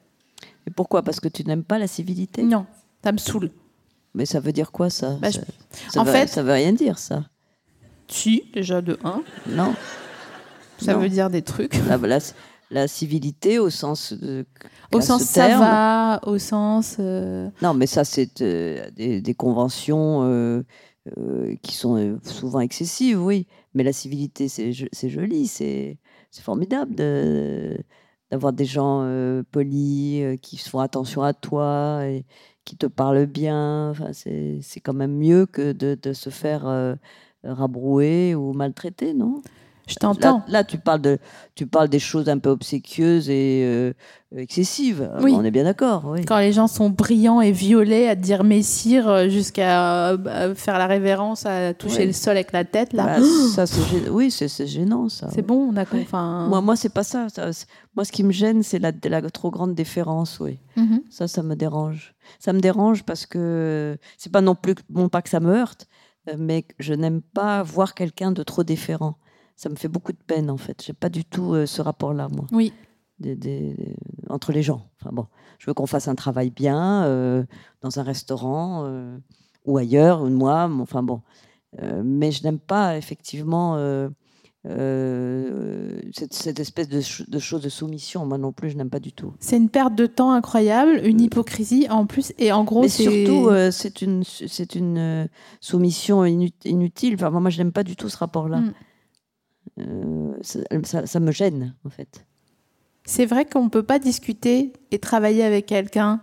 Et pourquoi Parce que tu n'aimes pas la civilité
Non, ça me saoule.
Mais ça veut dire quoi ça
Bah, je-
ça, ça
en
veut,
fait-
ça veut rien dire ça.
Si, déjà de 1.
Non.
Ça
Non.
veut dire des trucs.
La, la- la civilité au sens de,
Au
à
sens
ce
ça
terme.
va, au sens. euh,
Non, mais ça, c'est euh, des, des conventions euh, euh, qui sont euh, souvent excessives, oui. Mais la civilité, c'est jo- c'est joli, c'est c'est formidable de- d'avoir des gens euh, polis, euh, qui font attention à toi, et qui te parlent bien. Enfin, c'est c'est quand même mieux que de, de se faire euh, rabrouer ou maltraiter, non
Je
Là,
t'entends.
là, tu parles de, tu parles des choses un peu obséquieuses et euh, excessives.
Oui.
On est bien d'accord. Oui.
Mm. Quand les gens sont brillants et violets à dire messire euh, jusqu'à euh, bah, faire la révérence, à toucher
Ouais.
le sol avec la tête, là. *gasps*
Bah, ça, c'est gê- oui, c'est c'est gênant ça.
c'est bon, on a. con- Enfin,
Moi, moi, c'est pas ça. ça, c'est- moi, ce qui me gêne, c'est la, la trop grande déférence. Oui.
Mhm.
Ça, ça me dérange. Ça me dérange parce que c'est pas non plus que- bon pas que ça me heurte, euh, mais que je n'aime pas voir quelqu'un de trop déférent. Ça me fait beaucoup de peine en fait. J'ai pas du tout euh, ce rapport-là moi.
Oui.
des- des- des- entre les gens. Enfin bon, je veux qu'on fasse un travail bien euh, dans un restaurant euh, ou ailleurs, ou de moi. mais Enfin bon, Euh, mais je n'aime pas effectivement euh, euh, cette, cette espèce de, ch- de chose de soumission. Moi non plus, je n'aime pas du tout.
C'est une perte de temps incroyable, une hypocrisie en plus, et en gros,
Mm. mais
c'est.
surtout, euh, c'est une c'est une euh, soumission inu- inutile. Enfin moi, je n'aime pas du tout ce rapport-là.
Mm.
Euh, ça, ça- ça me gêne en fait.
C'est vrai qu'on ne peut pas discuter et travailler avec quelqu'un,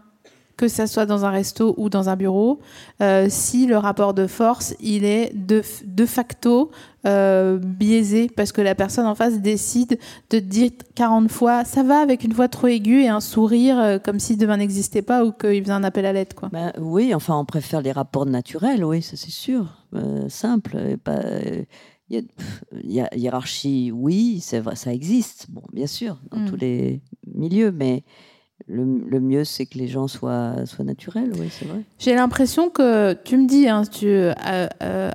que ça soit dans un resto ou dans un bureau, euh, si le rapport de force, il est de, de facto euh, biaisé, parce que la personne en face décide de te dire 40 fois ça va avec une voix trop aiguë et un sourire euh, comme si demain n'existait pas ou qu'il faisait un appel à l'aide. quoi.
Ben, oui, enfin, on préfère les rapports naturels, oui, ça c'est sûr. Euh, simple. et pas- euh, il y a- pff, il y a- hiérarchie, oui, c'est vrai, ça existe, bon, bien sûr, dans
Mm.
tous les milieux, mais le, le mieux, c'est que les gens soient, soient naturels, oui, c'est vrai.
J'ai l'impression que tu me dis, hein, si tu, euh, euh, euh,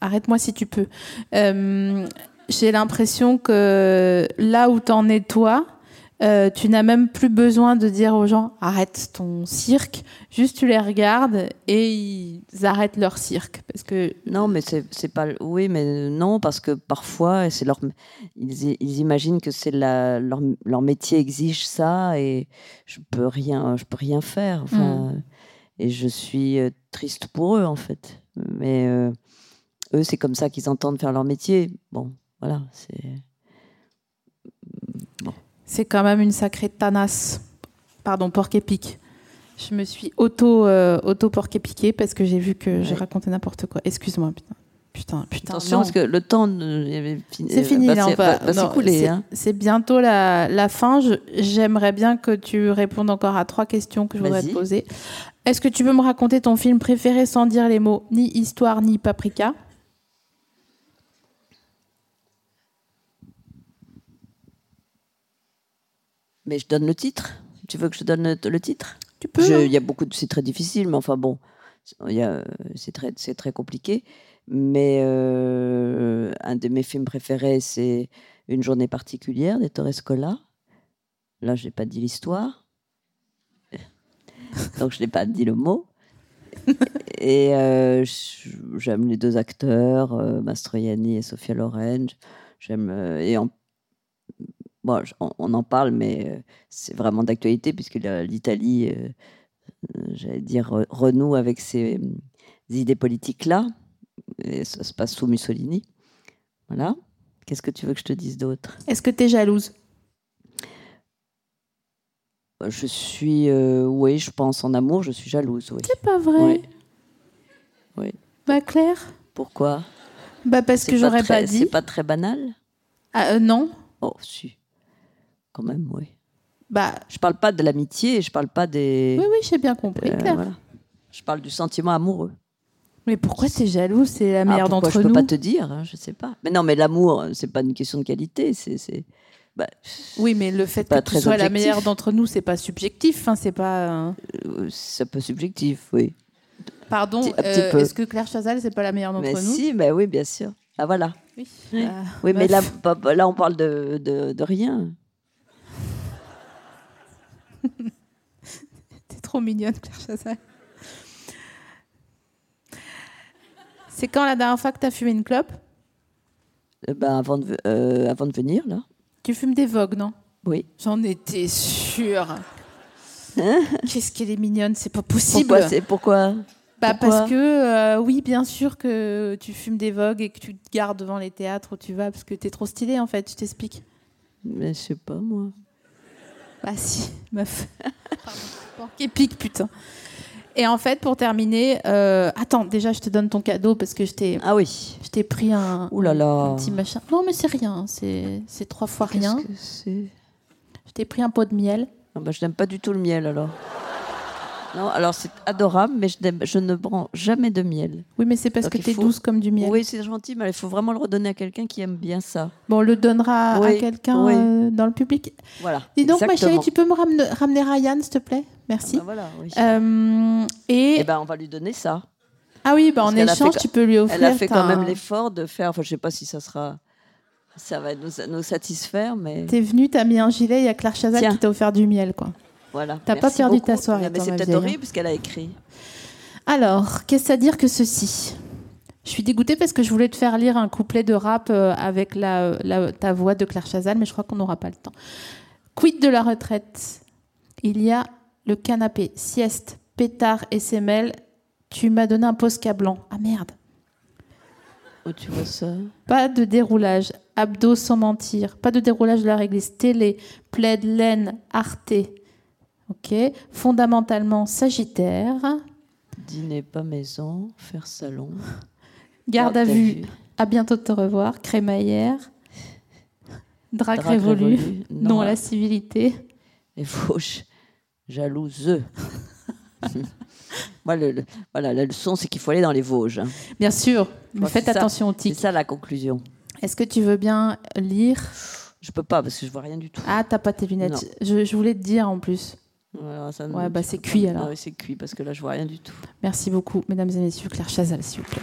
arrête-moi si tu peux. Euh, J'ai l'impression que là où t'en es toi, euh, tu n'as même plus besoin de dire aux gens arrête ton cirque. Juste tu les regardes et ils arrêtent leur cirque parce que
Non, mais c'est c'est pas. Oui, mais non, parce que parfois, et c'est leur, ils, i- ils imaginent que c'est la- leur, leur métier exige ça et je peux rien, je peux rien faire. Enfin,
Hmm.
Et je suis euh, triste pour eux en fait. Mais euh, eux, c'est comme ça qu'ils entendent faire leur métier. Bon, voilà, c'est.
c'est quand même une sacrée tanasse. Pardon, porc épic. Je me suis auto euh, auto porc épiqué parce que j'ai vu que j'ai
Ouais.
raconté n'importe quoi. Excuse-moi. Putain, putain, putain.
Attention,
non.
parce que le temps euh,
C'est fini,
va
là, on
s'é-
va-
va- va
non,
s'écouler.
c'est-
hein.
C'est bientôt la, la fin. Je- J'aimerais bien que tu répondes encore à trois questions que je voudrais te
Vas-y.
poser. Est-ce que tu peux me raconter ton film préféré sans dire les mots ni histoire ni paprika
Mais je donne le titre. Tu veux que je donne le- le titre
Tu peux
Je-
hein
Il y a beaucoup de, c'est très difficile, mais enfin bon, il y a- euh, c'est très, c'est très compliqué. Mais euh, un de mes films préférés, c'est Une journée particulière des Torres Cola. Là, j'ai pas dit
*laughs*
l'histoire, donc je n'ai pas dit le mot. Et euh, je- j'aime les deux acteurs, euh, Mastroianni et Sophia Loren. J'aime euh, et en- bon, je- on, on en parle, mais euh, c'est vraiment d'actualité puisque la- l'Italie euh, euh, j'allais dire, re- renoue avec ces hum, idées politiques-là. Et ça se passe sous Mussolini. Voilà. Qu'est-ce que tu veux que je te dise d'autre
Est-ce que tu es jalouse
Je suis, euh, oui, je pense en amour, je suis jalouse, oui.
C'est pas vrai.
Ouais. Oui.
Bah Claire
Pourquoi
Bah parce
C'est
que j'aurais
très-
pas
C'est
dit.
pas très banal
Ah, euh, non.
Oh, si. Quand même, oui.
Bah
Je parle pas de l'amitié, je parle pas des.
oui oui j'ai bien compris
euh,
Claire.
voilà. Je parle du sentiment amoureux.
Mais pourquoi t'es jalouse C'est la
Ah,
meilleure
pourquoi
d'entre
Je
nous.
peux pas te dire, hein, je sais pas. Mais non, mais l'amour, c'est pas une question de qualité, c'est. c'est- bah,
Oui mais le fait
pas
que tu
très
sois la
objectif.
meilleure d'entre nous c'est pas subjectif. hein, c'est pas. euh,
Euh, c'est un peu subjectif, oui.
Pardon.
Petit- un petit
euh,
peu.
Est-ce que Claire Chazal c'est pas la meilleure d'entre
Mais
nous
si, mais oui, bien sûr. Ah voilà.
Oui. Euh, bah,
Oui, mais là,
meuf.
pa- pa- là on parle de, de, de rien.
T'es trop mignonne, Claire Chazal. C'est quand la dernière fois que t'as fumé une clope
euh, ben, avant, de, euh, avant de venir, là.
Tu fumes des vogues, non
Oui.
J'en étais sûre. Qu'est-ce qu'elle est mignonne, c'est pas possible.
Hein Pourquoi c'est pourquoi
Bah,
Pourquoi
parce que euh, oui, bien sûr que tu fumes des vogues et que tu te gardes devant les théâtres où tu vas parce que t'es trop stylée en fait, je t'explique.
Mais je sais pas moi. Ah,
Bah si, meuf. *laughs* Pardon. Porc épique, putain. Et en fait, pour terminer, euh, attends, déjà je te donne ton cadeau parce que je t'ai,
Ah oui.
je t'ai pris un,
Ouh là là.
un petit machin. Non mais c'est rien, c'est, c'est trois fois
Qu'est-ce
rien.
que c'est
Je t'ai pris un pot de miel.
Ah bah, je n'aime pas du tout le miel alors. Non, alors c'est adorable, mais je, n'aime- je ne prends jamais de miel.
Oui mais c'est parce
Donc,
que
il
t'es
faut-
douce comme du miel.
Oui, c'est gentil, mais il faut vraiment le redonner à quelqu'un qui aime bien ça.
Bon, on le donnera à
Oui,
quelqu'un
oui.
euh, dans le public.
Voilà.
Dis donc, ma
Exactement.
chérie, tu peux me ramener, ramener Ryan, s'il te plaît Merci.
Ah, voilà, oui.
Euh, et
Eh ben, on va lui donner ça.
ah oui, bah,
parce
en
qu'elle a
échange,
fait-
tu peux lui offrir.
Elle a fait quand
ta-
même l'effort de faire. Enfin, je sais pas si ça sera. Ça va nous, nous satisfaire, mais
T'es venue, t'as mis un gilet, il y a Claire Chazal
Tiens.
qui t'a offert du miel, quoi.
voilà.
T'as pas
Merci
perdu ta
beaucoup.
soirée,
Mais
toi,
c'est
ma
peut-être
vieille. hein.
horrible parce qu'elle a écrit.
Alors, qu'est-ce à dire que ceci Je suis dégoûtée parce que je voulais te faire lire un couplet de rap euh, avec la, la- ta voix de Claire Chazal, mais je crois qu'on n'aura pas le temps. Quid de la retraite Il y a le canapé, sieste, pétard et semelle. Tu m'as donné un posca blanc. Ah merde.
Oh, tu vois ça
Pas de déroulage, abdos sans mentir, pas de déroulage de la réglisse, télé, plaide, laine, arte. Ok. Fondamentalement sagittaire,
Dîner pas maison, faire salon.
garde à
Garde à
vue,
vue.
à bientôt de te revoir, crémaillère, drague
Drague
révolue, *laughs*
révolue, non
non à
à-
la civilité.
et fauche, jalouse. *laughs* Moi, le- le- voilà, la leçon, c'est qu'il faut aller dans les Vosges. hein.
Bien sûr, mais
crois que
faites
c'est ça.
attention aux
C'est
tics.
ça la conclusion.
Est-ce que tu veux bien lire
Je peux pas parce que je vois rien du tout.
Ah, t'as pas tes lunettes.
Non.
Je, je voulais te dire en plus.
Voilà, ça me-
Ouais, bah,
tu
c'est
peux pas
cuit,
me-
alors.
Ah oui, c'est cuit parce que là, je vois rien du tout.
Merci beaucoup, mesdames et messieurs, Claire Chazal, s'il vous plaît.